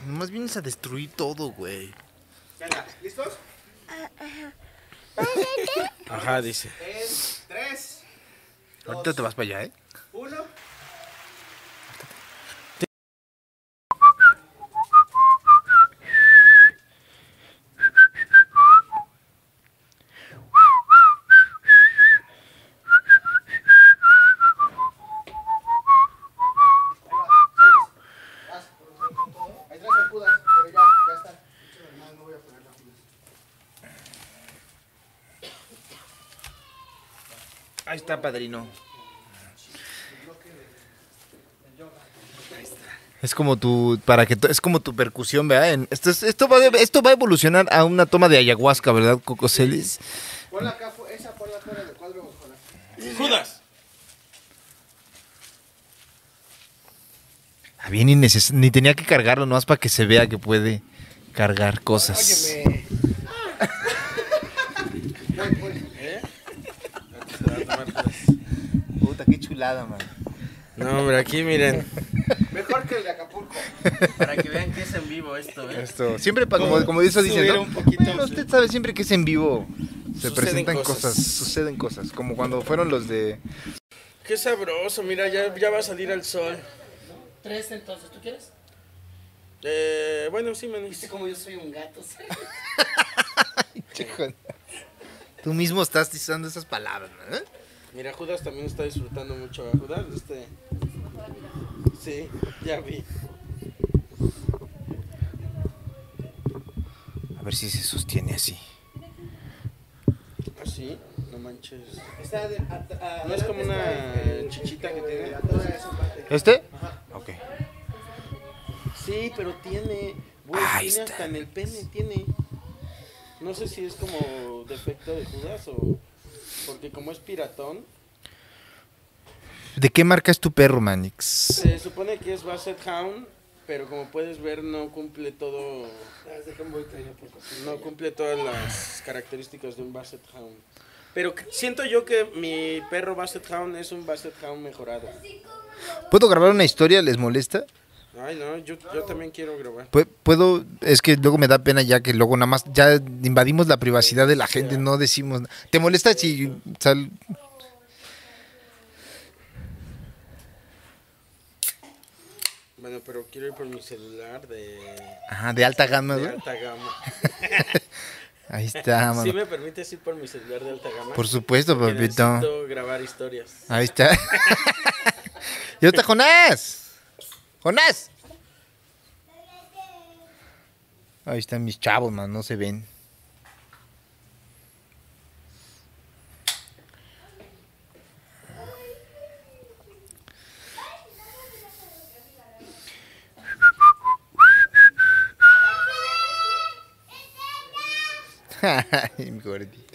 Nomás vienes a destruir todo, güey.
Ajá, dice.
Ahorita te vas para allá, ¿eh?
Ahí traes a Judas, pero ya, ya está. Pinche normal, no voy a ponerle a Judas.
Ahí está, padrino. Es como tu para que to- es como tu percusión, ¿verdad? En- esto es- esto va de- esto va a evolucionar a una toma de ayahuasca, ¿verdad, Coco Celis?
Ponla acá, fu- esa ponla fuera del cuadro, ojalá.
Judas.
Ah, Bien inneces- ni tenía que cargarlo nomás para que se vea que puede cargar cosas. Puta, qué chulada, man.
No, hombre, aquí miren.
Mejor que el de Acapulco.
Para que vean que es en vivo esto, ¿eh?
Esto, siempre pa- como, como eso dice,
subir
¿no?
un poquito,
Bueno, usted sabe siempre que es en vivo. Se
Suceden
presentan
cosas.
cosas, suceden cosas, como cuando fueron los de
Qué sabroso, mira, ya, ya va a salir al sol.
Tres entonces, ¿tú quieres?
Eh, bueno, sí, manis.
como yo soy un gato.
Tú mismo estás usando esas palabras, ¿no? ¿eh?
Mira, Judas también está disfrutando mucho. ¿eh? Judas, este. Sí, ya vi.
A ver si se sostiene así.
Así, Pues no manches.
Está de, a- a-
No es como una chichita que tiene.
¿Este?
Sí, pero tiene. Güey, tiene
Ahí está.
hasta en el pene, tiene. No sé si es como defecto de Judas o. Porque como es piratón,
¿De qué marca es tu perro, Manix?
se supone que es Basset Hound, pero como puedes ver, no cumple todo. No cumple todas las características de un Basset Hound. Pero c- siento yo que mi perro Basset Hound es un Basset Hound mejorado.
¿Puedo grabar una historia? ¿Les molesta?
Ay, no, yo, yo también quiero grabar.
Pu- Puedo, es que luego me da pena ya que luego nada más ya invadimos la privacidad de la gente, no decimos. na- ¿Te molesta si sal?
Bueno, pero quiero ir por mi celular de,
Ajá, de alta gama,
de
güey?
alta gama.
Ahí está, mano.
Si me permites ir por mi celular de alta gama.
Por supuesto, Ah,
Porque
papito.
necesito grabar historias.
Ahí está. y está Jonás. Jonás. Ahí están mis chavos, man, no se ven. Ay, mi gordito.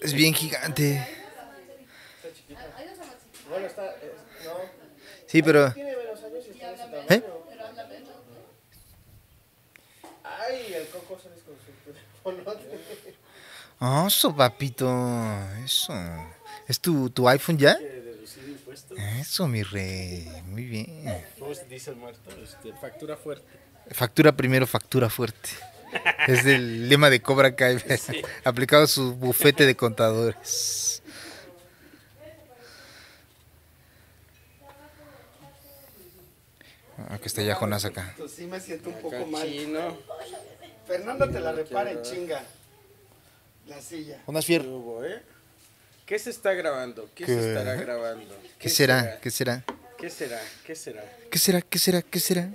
Es bien gigante. Sí, pero... ¿Eh?
Ay, el coco se desconstructó.
Ah, Eso, papito. Eso. ¿Es tu, tu iPhone ya? Eso, mi rey. Muy bien.
¿Cómo se dice el muerto? Este, factura fuerte.
Factura primero, factura fuerte. Es el lema de Cobra Kai aplicado a su bufete de contadores. Aquí Ah, está ya Jonás acá.
Pues sí me siento un poco mal. Fernando te la repara en chinga. La silla.
Jonás
¿Qué hubo, eh? ¿Qué se está grabando? ¿Qué,
¿Qué?
se estará grabando?
¿Qué será? ¿Qué será?
¿Qué será? ¿Qué será?
¿Qué será? ¿Qué será? ¿Qué será?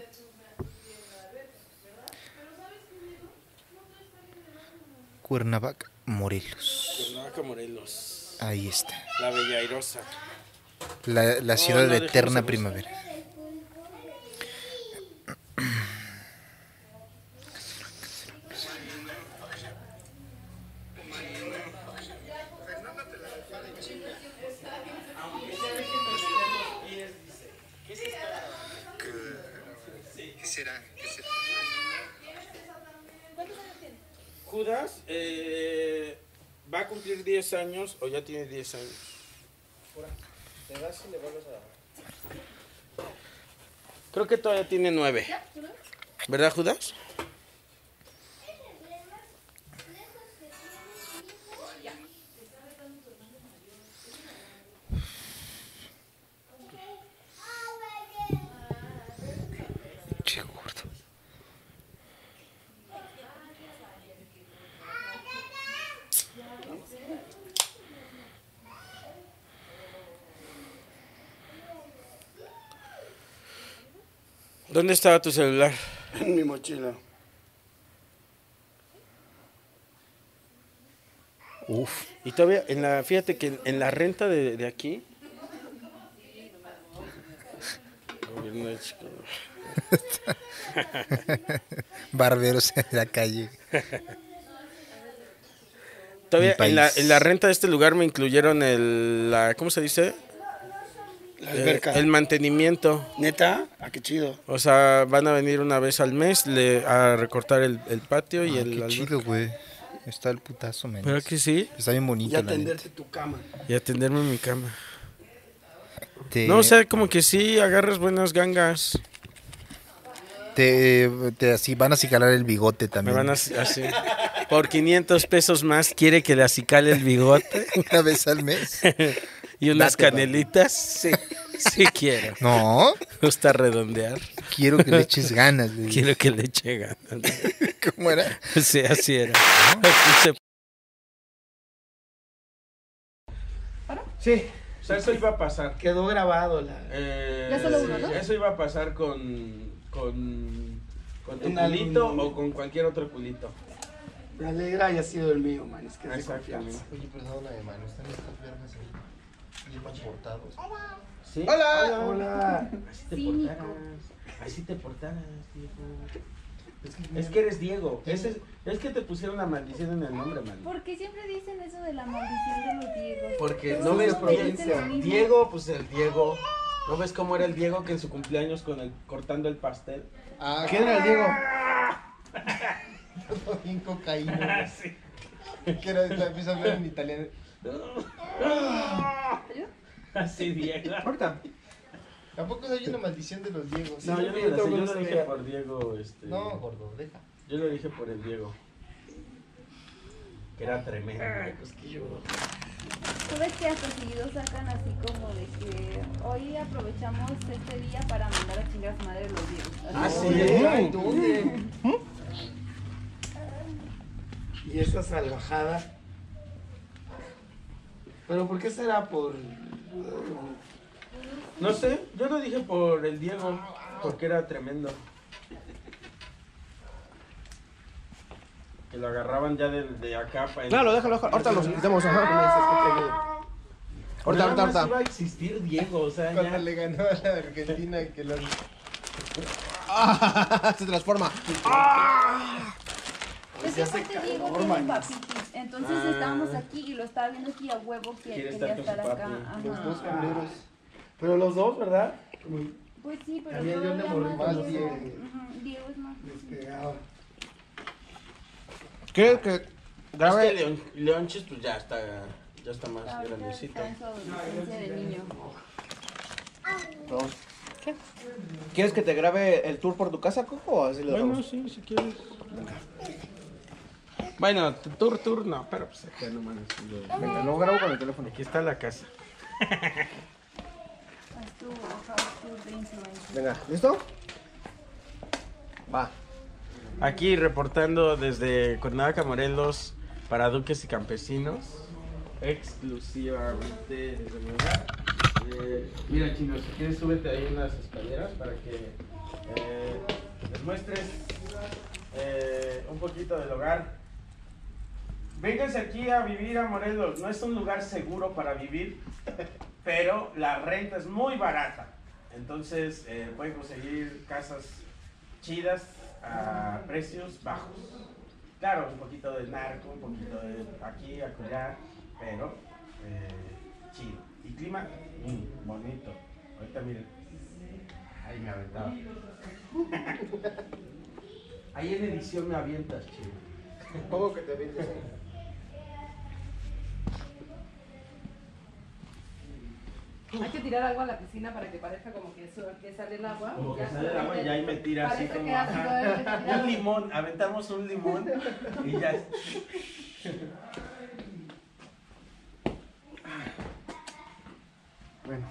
Cuernavaca, Morelos.
Cuernavaca, Morelos.
Ahí está.
La Bellairosa.
La, la ciudad
Oh, no,
de
dejemos
eterna
en eso.
primavera.
Judas eh, va a cumplir 10 años o ya tiene 10 años. Creo que todavía tiene 9. ¿Verdad, Judas?
Che, gordo.
¿Dónde estaba tu celular?
En mi mochila.
Uf. Y todavía, en la, fíjate que en, en la renta de, de aquí. Gobierno de Chicago.
Barberos en la calle.
Todavía
Mi
en la,
país.
en la renta de este lugar me incluyeron el. La, ¿Cómo se dice?
La
Eh,
alberca.
el mantenimiento.
¿Neta? Ah, qué chido.
O sea, van a venir una vez al mes le- a recortar el, el patio y
Ah,
el.
qué
alber-
chido, güey. Está el putazo, men.
¿Verdad que sí?
Está bien
Y
bonito, la neta.
atenderte tu cama.
Y atenderme en mi cama.
Te,
No, o sea, como que sí, agarras buenas gangas.
te, te así van a acicalar el bigote
Me
también.
van a- así. Por 500 pesos más quiere que le acicale el bigote
Una vez al mes.
y unas
Date,
canelitas. Sí, sí quiero.
No,
Me gusta redondear.
quiero que le eches ganas. le digo.
Quiero que le eche ganas.
¿Cómo era?
Sí, así era. Así se
Sí,
O sea, eso iba a pasar.
quedó grabado la.
Eh,
Ya solo
sí,
uno, ¿no?
Eso iba a pasar con. con. con tu
En
culito
algún-
o con cualquier otro culito.
Me alegra haya sido el mío, man. Es que es de
Exactamente.
confianza.
Oye, perdóname, mano, están estas vergas ahí. Llevan cortados.
¿Sí?
Hola. Hola.
Así te
Cínico.
portaras. Así te portaras, Diego. Es que eres Diego. Ese Es, es que te pusieron la maldición en el nombre, man.
¿Por qué siempre dicen eso de la maldición de los Diegos?
Porque
Todos
no ves
siempre dicen
provincia.
lo mismo.
Diego, pues el Diego. ¿No ves cómo era el Diego que en su cumpleaños con el, cortando el pastel?
Ah,
¿Quién era el Diego?
todo bien cocaína.
Ah,
Que era, empieza a hablar en italiano.
Así Diego.
Ahorita. Tampoco hay una maldición de los Diegos.
No, yo no me la sé, yo lo dije por Diego, este.
No, gordo, deja.
Yo lo dije por el Diego. Que era tremendo.
Ah. ¿Tú ves que hasta seguido sacan así como de que hoy aprovechamos este día para mandar a chingar a su madre a los Diegos? Así
Ah,
como
sí.
de-
Ay, ¿Dónde? Y esa salvajada. ¿Pero por qué será? Por.
No sé, yo lo dije por el Diego, porque era tremendo. Que lo agarraban ya de, de acá para
Claro, déjalo, déjalo. Ahorita los quitamos. Ajá. Ahorita, ahorita, ahorita.
iba a existir Diego, o sea,
Cuando
ya.
le ganó a la Argentina que los...
Se transforma.
pues
Es que yo te digo, tengo un papitis. Entonces estábamos aquí y lo estaba viendo aquí a huevo que
Ah. Quiere
quería
estar con
estar
su
acá.
papi.
Ajá.
cabreros. Pero los dos, ¿verdad? Uy,
Pues sí, pero
También
yo
yo le
era
morrí
más
más
Diego.
bien.
Ujú, Diego es más.
les pegaba.
¿Qué? que grabe? Leon, Leonchis, pues ya está, ya está más
Ahorita
grandecito.
está en su adolescencia de niño.
¿Quieres que te grabe el tour por tu casa, Coco? O así lo
Bueno,
dejamos?
sí, si quieres. Bueno, tu tour, tour, no, pero pues acá nomás. lo-
Venga, lo grabo con el teléfono.
Aquí está la casa.
Haz tu house tour de influencia.
Venga, ¿listo? Va.
Aquí reportando desde Cuernavaca, Morelos, para duques y campesinos, exclusivamente desde mi hogar. Eh, mira, Chino, si quieres, súbete ahí en las escaleras para que eh, les muestres eh, un poquito del hogar. Vénganse aquí a vivir a Morelos, no es un lugar seguro para vivir, pero la renta es muy barata. Entonces eh, pueden conseguir casas chidas a precios bajos. Claro, un poquito de narco, un poquito de aquí, acolá, pero eh, chido. Y clima, mm, bonito. Ahorita miren. Ahí me aventaba. Ahí en edición me avientas, chido.
Pongo que te avientes ahí.
Hay que tirar agua a la piscina para que parezca como que, su- que sale el agua.
Como que
Ya
sale el agua y ahí me tira así
Parece que
como
ha sido
ajá.
retirado.
un limón, aventamos un limón y ya. Bueno.